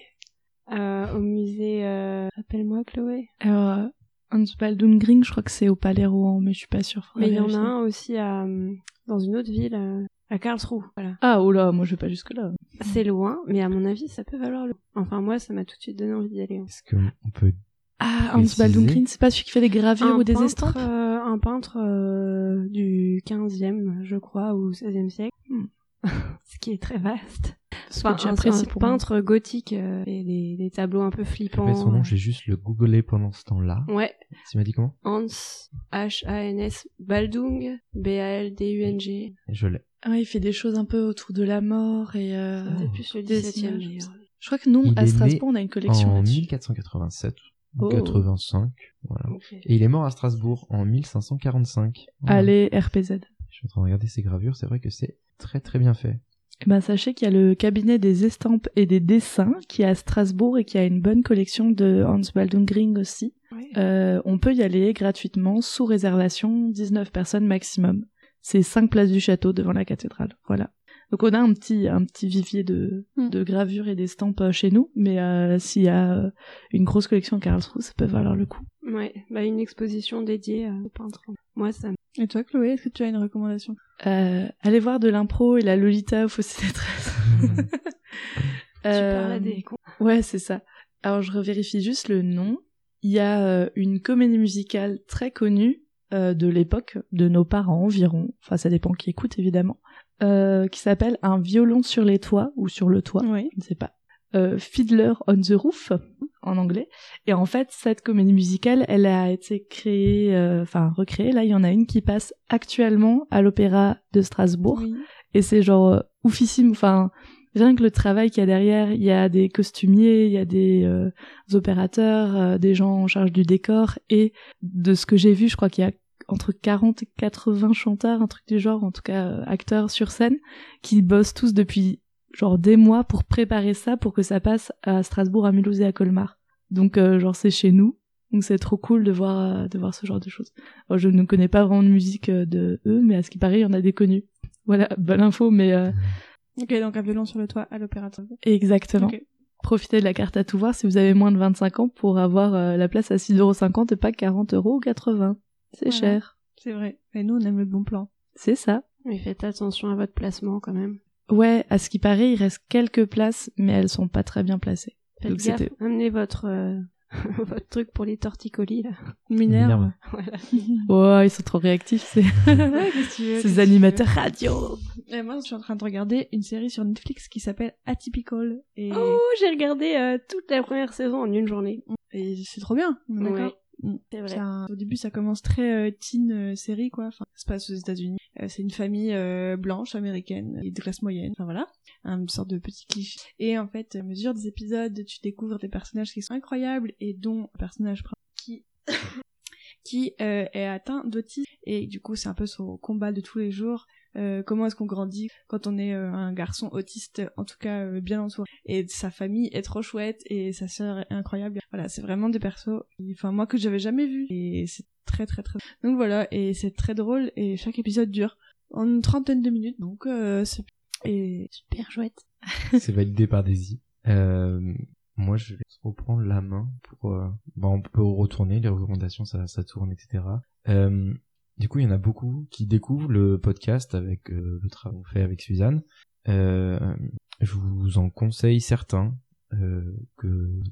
euh, au musée. euh, Rappelle-moi Chloé.
Alors, euh, Hans Baldung-Gring, je crois que c'est au Palais Rouen, mais je suis pas sûre.
Mais il y en a
Vérifier.
un aussi à, euh, dans une autre ville, euh, à Karlsruhe. Voilà.
Ah, oh là, moi je vais pas jusque-là.
C'est loin, mais à mon avis, ça peut valoir le coup. Enfin, moi, ça m'a tout de suite donné envie d'y aller. hein.
Est-ce qu'on peut.
Ah, Hans
Préciser.
Baldung-Gring, c'est pas celui qui fait des gravures ou des
peintre,
estampes
euh, Un peintre euh, du 15e, je crois, ou 16e siècle.
Hmm.
Ce qui est très vaste.
Ce
Enfin,
que tu
un-
apprécies
un
pour moi.
peintre gothique euh, et des, des tableaux un peu flippants.
Mais son nom, j'ai juste le googlé pendant ce temps-là.
Ouais,
Tu m'as dit comment
Hans, H-A-N-S, Baldung, B-A-L-D-U-N-G.
Je l'ai.
Ouais, Ah, il fait des choses un peu autour de la mort et. euh,
C'était plus le
des
17e,
images.
d'ailleurs.
Je crois que nous,
Il
à
est
Strasbourg, on a une collection
en
là-dessus.
1487
Oh.
85. Voilà.
Ok.
Et il est mort à Strasbourg en 1545. Voilà.
Allez, RPZ.
Je suis en train de regarder ses gravures, c'est vrai que c'est très très bien fait.
Eh ben, sachez qu'il y a le cabinet des estampes et des dessins qui est à Strasbourg et qui a une bonne collection de Hans Baldung-Gring aussi.
Ouais.
Euh, on peut y aller gratuitement, sous réservation, 19 personnes maximum. C'est 5 places du château devant la cathédrale. Voilà. Donc on a un petit, un petit vivier de,
Hmm.
Mm.
de gravures et d'estampes euh, chez nous, mais euh, s'il y a euh, une grosse collection à Karlsruhe, ça peut valoir le coup.
Ouais, bah une exposition dédiée à au peintre. Moi, ça me...
Et toi Chloé, est-ce que tu as une recommandation
Euh, allez voir de l'impro et la Lolita aux fausses détresses.
Tu
Euh,
parlais des cons.
Ouais, c'est ça. Alors, je revérifie juste le nom. Il y a euh, une comédie musicale très connue euh, de l'époque, de nos parents environ. Enfin, ça dépend qui écoute, évidemment. euh, qui s'appelle Un violon sur les toits ou sur le toit.
Oui.
Je ne sais pas. Euh, Fiddler on the Roof en anglais. Et en fait, cette comédie musicale, elle a été créée, euh, enfin recréée. Là, il y en a une qui passe actuellement à l'Opéra de Strasbourg
Oui.
et c'est genre euh, oufissime enfin rien que le travail qu'il y a derrière il y a des costumiers il y a des euh, opérateurs euh, des gens en charge du décor et de ce que j'ai vu je crois qu'il y a entre 40 et 80 chanteurs un truc du genre en tout cas euh, acteurs sur scène qui bossent tous depuis genre des mois pour préparer ça pour que ça passe à Strasbourg à Mulhouse et à Colmar donc euh, genre c'est chez nous donc c'est trop cool de voir euh, de voir ce genre de choses Alors, je ne connais pas vraiment de musique euh, de eux mais à ce qui paraît il y en a des connus voilà, bonne info, mais euh,
Ok, donc un violon sur le toit à l'opéra. de Strasbourg.
exactement.
Ok.
Profitez de la carte à tout voir si vous avez moins de 25 ans pour avoir euh, la place à 6,50€ et pas 40€ ou 80. C'est
Voilà.
cher.
C'est vrai. Mais nous, on aime le bon plan.
C'est ça.
Mais faites attention à votre placement quand même.
Ouais, à ce qui paraît, il reste quelques places, mais elles sont pas très bien placées.
Faites
Donc
gaffe,
c'était-
amenez votre, euh, votre truc pour les torticolis là.
Minerve.
Minerve.
Voilà.
Mm.
Oh, ils sont trop réactifs, ces,
Ouais, qu'est-ce que tu veux, qu'est-ce que tu
ces
veux
animateurs radio.
Et moi, je suis en train de regarder une série sur Netflix qui s'appelle Atypical. Et,
Oh, j'ai regardé euh, toute la première saison en une journée.
et c'est trop bien. on est
Ouais.
D'accord. Mm.
C'est
C'est
vrai.
un- Au début, ça commence très euh, teen euh, série, quoi. Enfin, ça se passe aux États-Unis. Euh, c'est une famille euh, blanche américaine et de classe moyenne. Enfin voilà, une sorte de petit cliché. Et en fait, à mesure des épisodes, tu découvres des personnages qui sont incroyables et dont le personnage principal qui qui euh, est atteint d'autisme et du coup c'est un peu son combat de tous les jours Euh, comment est-ce qu'on grandit quand on est euh, un garçon autiste en tout cas euh, bien entouré et sa famille est trop chouette et sa sœur est incroyable voilà c'est vraiment des persos enfin moi que j'avais jamais vu et c'est très très très donc voilà et c'est très drôle et chaque épisode dure en une trentaine de minutes donc euh, c'est et
Super chouette.
c'est validé par Daisy. Euh, moi, je vais reprendre la main pour. euh, bah, on peut retourner les recommandations, ça, ça tourne, etc. Euh, du coup, il y en a beaucoup qui découvrent le podcast avec euh, le travail qu'on fait avec Suzanne. Euh, je vous en conseille certains euh, que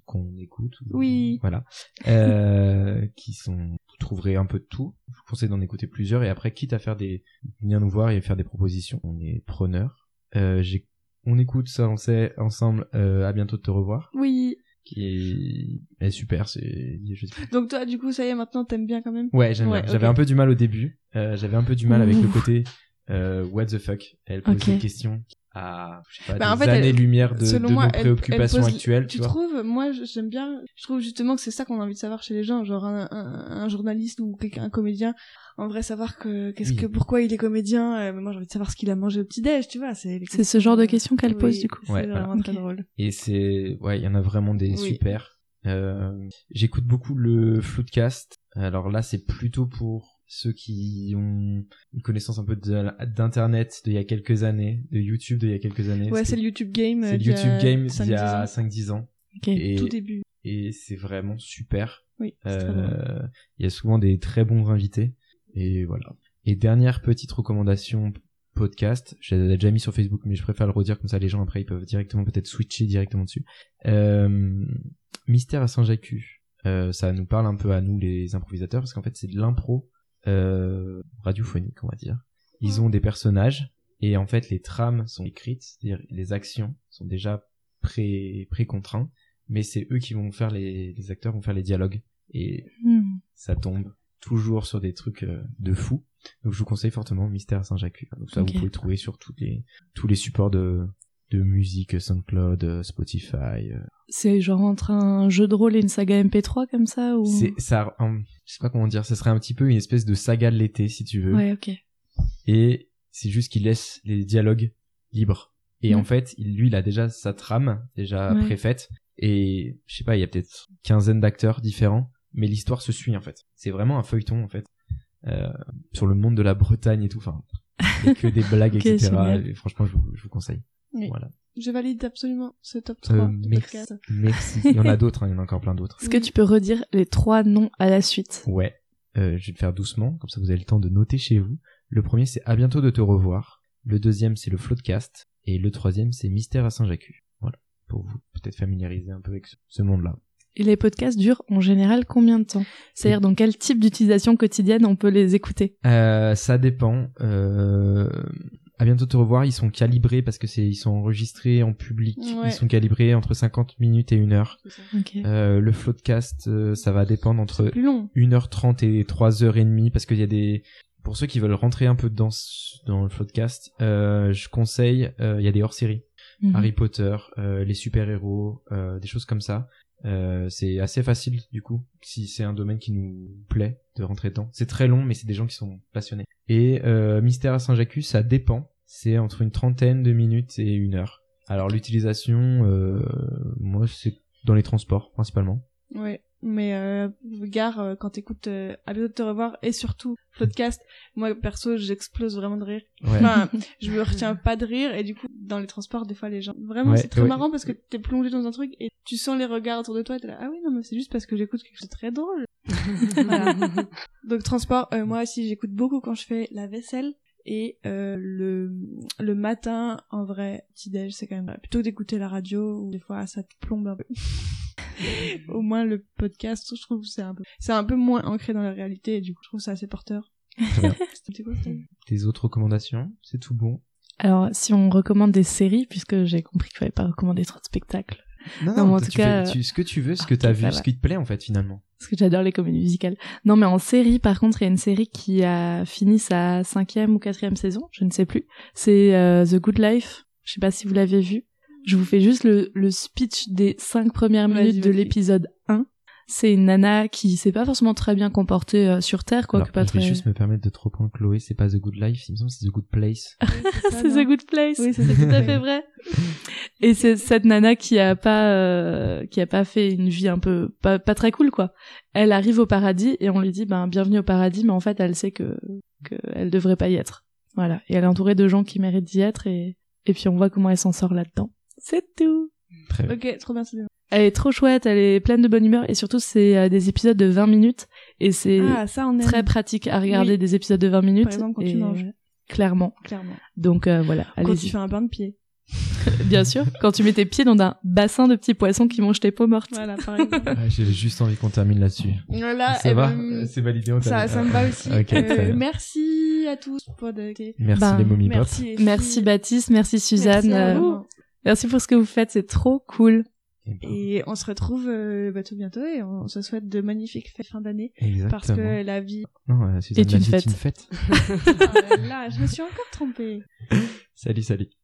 qu'on écoute.
Oui.
Voilà. Euh, qui sont. Vous trouverez un peu de tout. Je vous conseille d'en écouter plusieurs et après, quitte à faire des venir nous voir et faire des propositions. On est preneurs. Euh, j'ai- on écoute ça, on sait, ensemble. euh, à bientôt de te revoir.
oui
Qui est, est super. C'est, je sais pas.
donc toi du coup ça y est maintenant t'aimes bien quand même
Ouais, j'aime bien.
Ouais, ok.
J'avais un peu du mal au début. Euh, j'avais un peu du mal avec le
Ouh.
côté euh, what the fuck. Elle pose
Ok.
des questions à je sais pas,
Bah, en
des
fait, elle-
années-lumière de,
selon
de
moi,
nos
elle- elle
préoccupations
pose-
actuelles.
Tu
vois.
trouves Moi, je- j'aime bien. Je trouve justement que c'est ça qu'on a envie de savoir chez les gens, genre un, un- un journaliste ou quelqu'un, un comédien. En vrai, savoir que qu'est-ce
Oui.
que pourquoi il est comédien. euh, mais moi, j'ai envie de savoir ce qu'il a mangé au petit déj, tu vois. C'est les
C'est ce genre de questions qu'elle
Euh, Oui,
pose, du coup.
C'est
Ouais,
vraiment
voilà.
très
Ok.
drôle.
Et c'est ouais, il y en a vraiment des
Oui.
super. Euh, J'écoute beaucoup le Floodcast. Alors là, c'est plutôt pour ceux qui ont une connaissance un peu de- d'internet d'il y a quelques années, de YouTube d'il y a quelques années.
Ouais,
Parce
c'est
que
le YouTube Game.
c'est
euh,
le
d'il y a
YouTube Game
cinq,
d'il y a
dix
5-10 ans.
Ok.
ans.
Et,
Tout début.
et c'est vraiment super.
Oui, c'est très bon.
Euh, il y a souvent des très bons invités. Et voilà. Et dernière petite recommandation p- podcast. Je l'avais déjà mis sur Facebook, mais je préfère le redire comme ça les gens après ils peuvent directement peut-être switcher directement dessus. Euh, Mystère à Saint-Jacques. Euh, ça nous parle un peu à nous les improvisateurs parce qu'en fait c'est de l'impro euh, radiophonique on va dire. Ils ont des personnages et en fait les trames sont écrites, c'est-à-dire les actions sont déjà pré précontraintes, mais c'est eux qui vont faire les, les acteurs vont faire les dialogues et
Hmm.
ça tombe toujours sur des trucs euh, de fou. Donc je vous conseille fortement Mystère à Saint-Jacques. Donc ça
Ok.
vous pouvez le trouver sur tous les tous les supports de de musique SoundCloud, euh, Spotify. euh.
C'est genre entre un jeu de rôle et une saga MP3 comme ça ou
C'est ça un- je sais pas comment dire, ça serait un petit peu une espèce de saga de l'été si tu veux
Ouais, ok.
et c'est juste qu'il laisse les dialogues libres. Et
Mm.
en fait, il, lui, il a déjà sa trame déjà
Ouais.
préfaite et je sais pas, il y a peut-être une quinzaine d'acteurs différents, mais l'histoire se suit en fait. C'est vraiment un feuilleton en fait euh, sur le monde de la Bretagne et tout. Enfin, il y a que des blagues,
Ok,
etc.
génial.
Et franchement, je vous, je vous conseille.
Oui.
Voilà.
Je valide absolument ce top 3
Euh,
de
merci.
podcast.
Merci. Il y en a d'autres, hein, il y en a encore plein d'autres.
Est-ce que tu peux redire les trois noms à la suite
Ouais, Euh, je vais le faire doucement, comme ça vous avez le temps de noter chez vous. Le premier c'est à bientôt de te revoir. Le deuxième c'est le floodcast. Et le troisième c'est mystère à Saint-Jacques. Voilà, pour vous peut-être familiariser un peu avec ce, ce monde-là.
Et les podcasts durent en général combien de temps C'est-à-dire dans quel type d'utilisation quotidienne on peut les écouter
Euh, ça dépend. Euh, à bientôt de te revoir, ils sont calibrés parce que c'est ils sont enregistrés en public.
Ouais.
Ils sont calibrés entre 50 minutes et 1 heure.
Ok.
Euh, le floodcast, euh, ça va dépendre entre
Plus long.
1h30 et 3h30 parce qu'il y a des pour ceux qui veulent rentrer un peu dans ce- dans le podcast, euh, je conseille euh, il y a des hors-séries,
Mhm.
Harry Potter, euh, les super-héros, euh, des choses comme ça. Euh, c'est assez facile du coup si c'est un domaine qui nous plaît de rentrer dedans. C'est très long mais c'est des gens qui sont passionnés. Et euh, Mystère à Saint-Jacques, ça dépend, c'est entre une trentaine de minutes et une heure. Alors l'utilisation, euh, moi c'est dans les transports principalement.
Ouais. Mais euh, gare euh, quand t'écoutes euh, à bientôt de te revoir et surtout podcast. Moi perso, j'explose vraiment de rire.
Ouais.
Enfin, je me retiens pas de rire et du coup dans les transports des fois les gens vraiment
Ouais,
c'est très
ouais.
marrant parce que t'es plongé dans un truc et tu sens les regards autour de toi et t'es là ah oui non mais c'est juste parce que j'écoute quelque chose de très drôle. Voilà. Donc transport euh, moi aussi j'écoute beaucoup quand je fais la vaisselle et euh, le le matin en vrai petit déj c'est quand même plutôt que d'écouter la radio ou des fois ça te plombe un peu. Au moins le podcast je trouve que c'est un peu c'est un peu moins ancré dans la réalité et du coup je trouve ça assez porteur.
Très bien.
C'était quoi c'était
Des autres recommandations, c'est tout bon.
Alors, si on recommande des séries, puisque j'ai compris qu'il fallait pas recommander trop de spectacles,
Non,
Non, mais en
toi,
tout
tu
cas,
fais- tu- ce que tu veux, ce
ah,
que t'as
ok,
vu,
ça
ce
va.
qui te plaît en fait finalement.
parce que j'adore les comédies musicales. Non, mais en série, par contre, il y a une série qui a fini sa cinquième ou quatrième saison, je ne sais plus. C'est euh, The Good Life. Je sais pas si vous l'avez vu. Je vous fais juste le, le speech des cinq premières
Vas-y,
minutes de
vas-y.
l'épisode 1. C'est une nana qui s'est pas forcément très bien comportée euh, sur Terre, quoique
Alors,
pas
je vais
très...
juste me permettre de te reprendre Chloé, c'est pas The Good Life, il me semble que c'est The Good Place.
Ah,
C'est The Good Place.
Oui, ça, c'est tout à fait
vrai. Et c'est cette nana qui a pas euh, qui a pas fait une vie un peu pas, pas très cool quoi. Elle arrive au paradis et on lui dit ben bienvenue au paradis mais en fait elle sait que que elle devrait pas y être. Voilà, et elle est entourée de gens qui méritent d'y être et et puis on voit comment elle s'en sort là-dedans. C'est tout.
Très bien.
Ok, trop bien, c'est bien.
Elle est trop chouette, elle est pleine de bonne humeur et surtout c'est euh, des épisodes de 20 minutes et c'est
Ah, ça, on aime.
très pratique à regarder
Oui.
des épisodes de 20 minutes
Par exemple, quand tu
et-
manges.
clairement.
clairement.
Donc euh, voilà,
Quand
allez-y.
tu fais un bain de pied.
Bien sûr, quand tu mets tes pieds dans un bassin de petits poissons qui mangent tes peaux mortes.
Voilà, par exemple.
Ouais, J'avais juste envie qu'on termine là-dessus.
voilà,
ça
eh
va
ben,
Euh, C'est validé, on
ça,
termine.
ça me va aussi.
Ok, très
Euh,
bien.
merci à tous pour d'écouter.
Merci
Ben,
les momies pop.
Merci. les filles.
Merci Baptiste, merci Suzanne.
Merci à
euh,
vous.
merci pour ce que vous faites, c'est trop cool.
Eh ben,
Et on se retrouve euh, bah, tout bientôt et on se souhaite de magnifiques fêtes fin d'année
Exactement.
parce que la vie. euh,
Non, euh, Suzanne
est
l'a
une
dit,
fête.
une fête.
Ah là là, je me suis encore trompée.
salut, salut.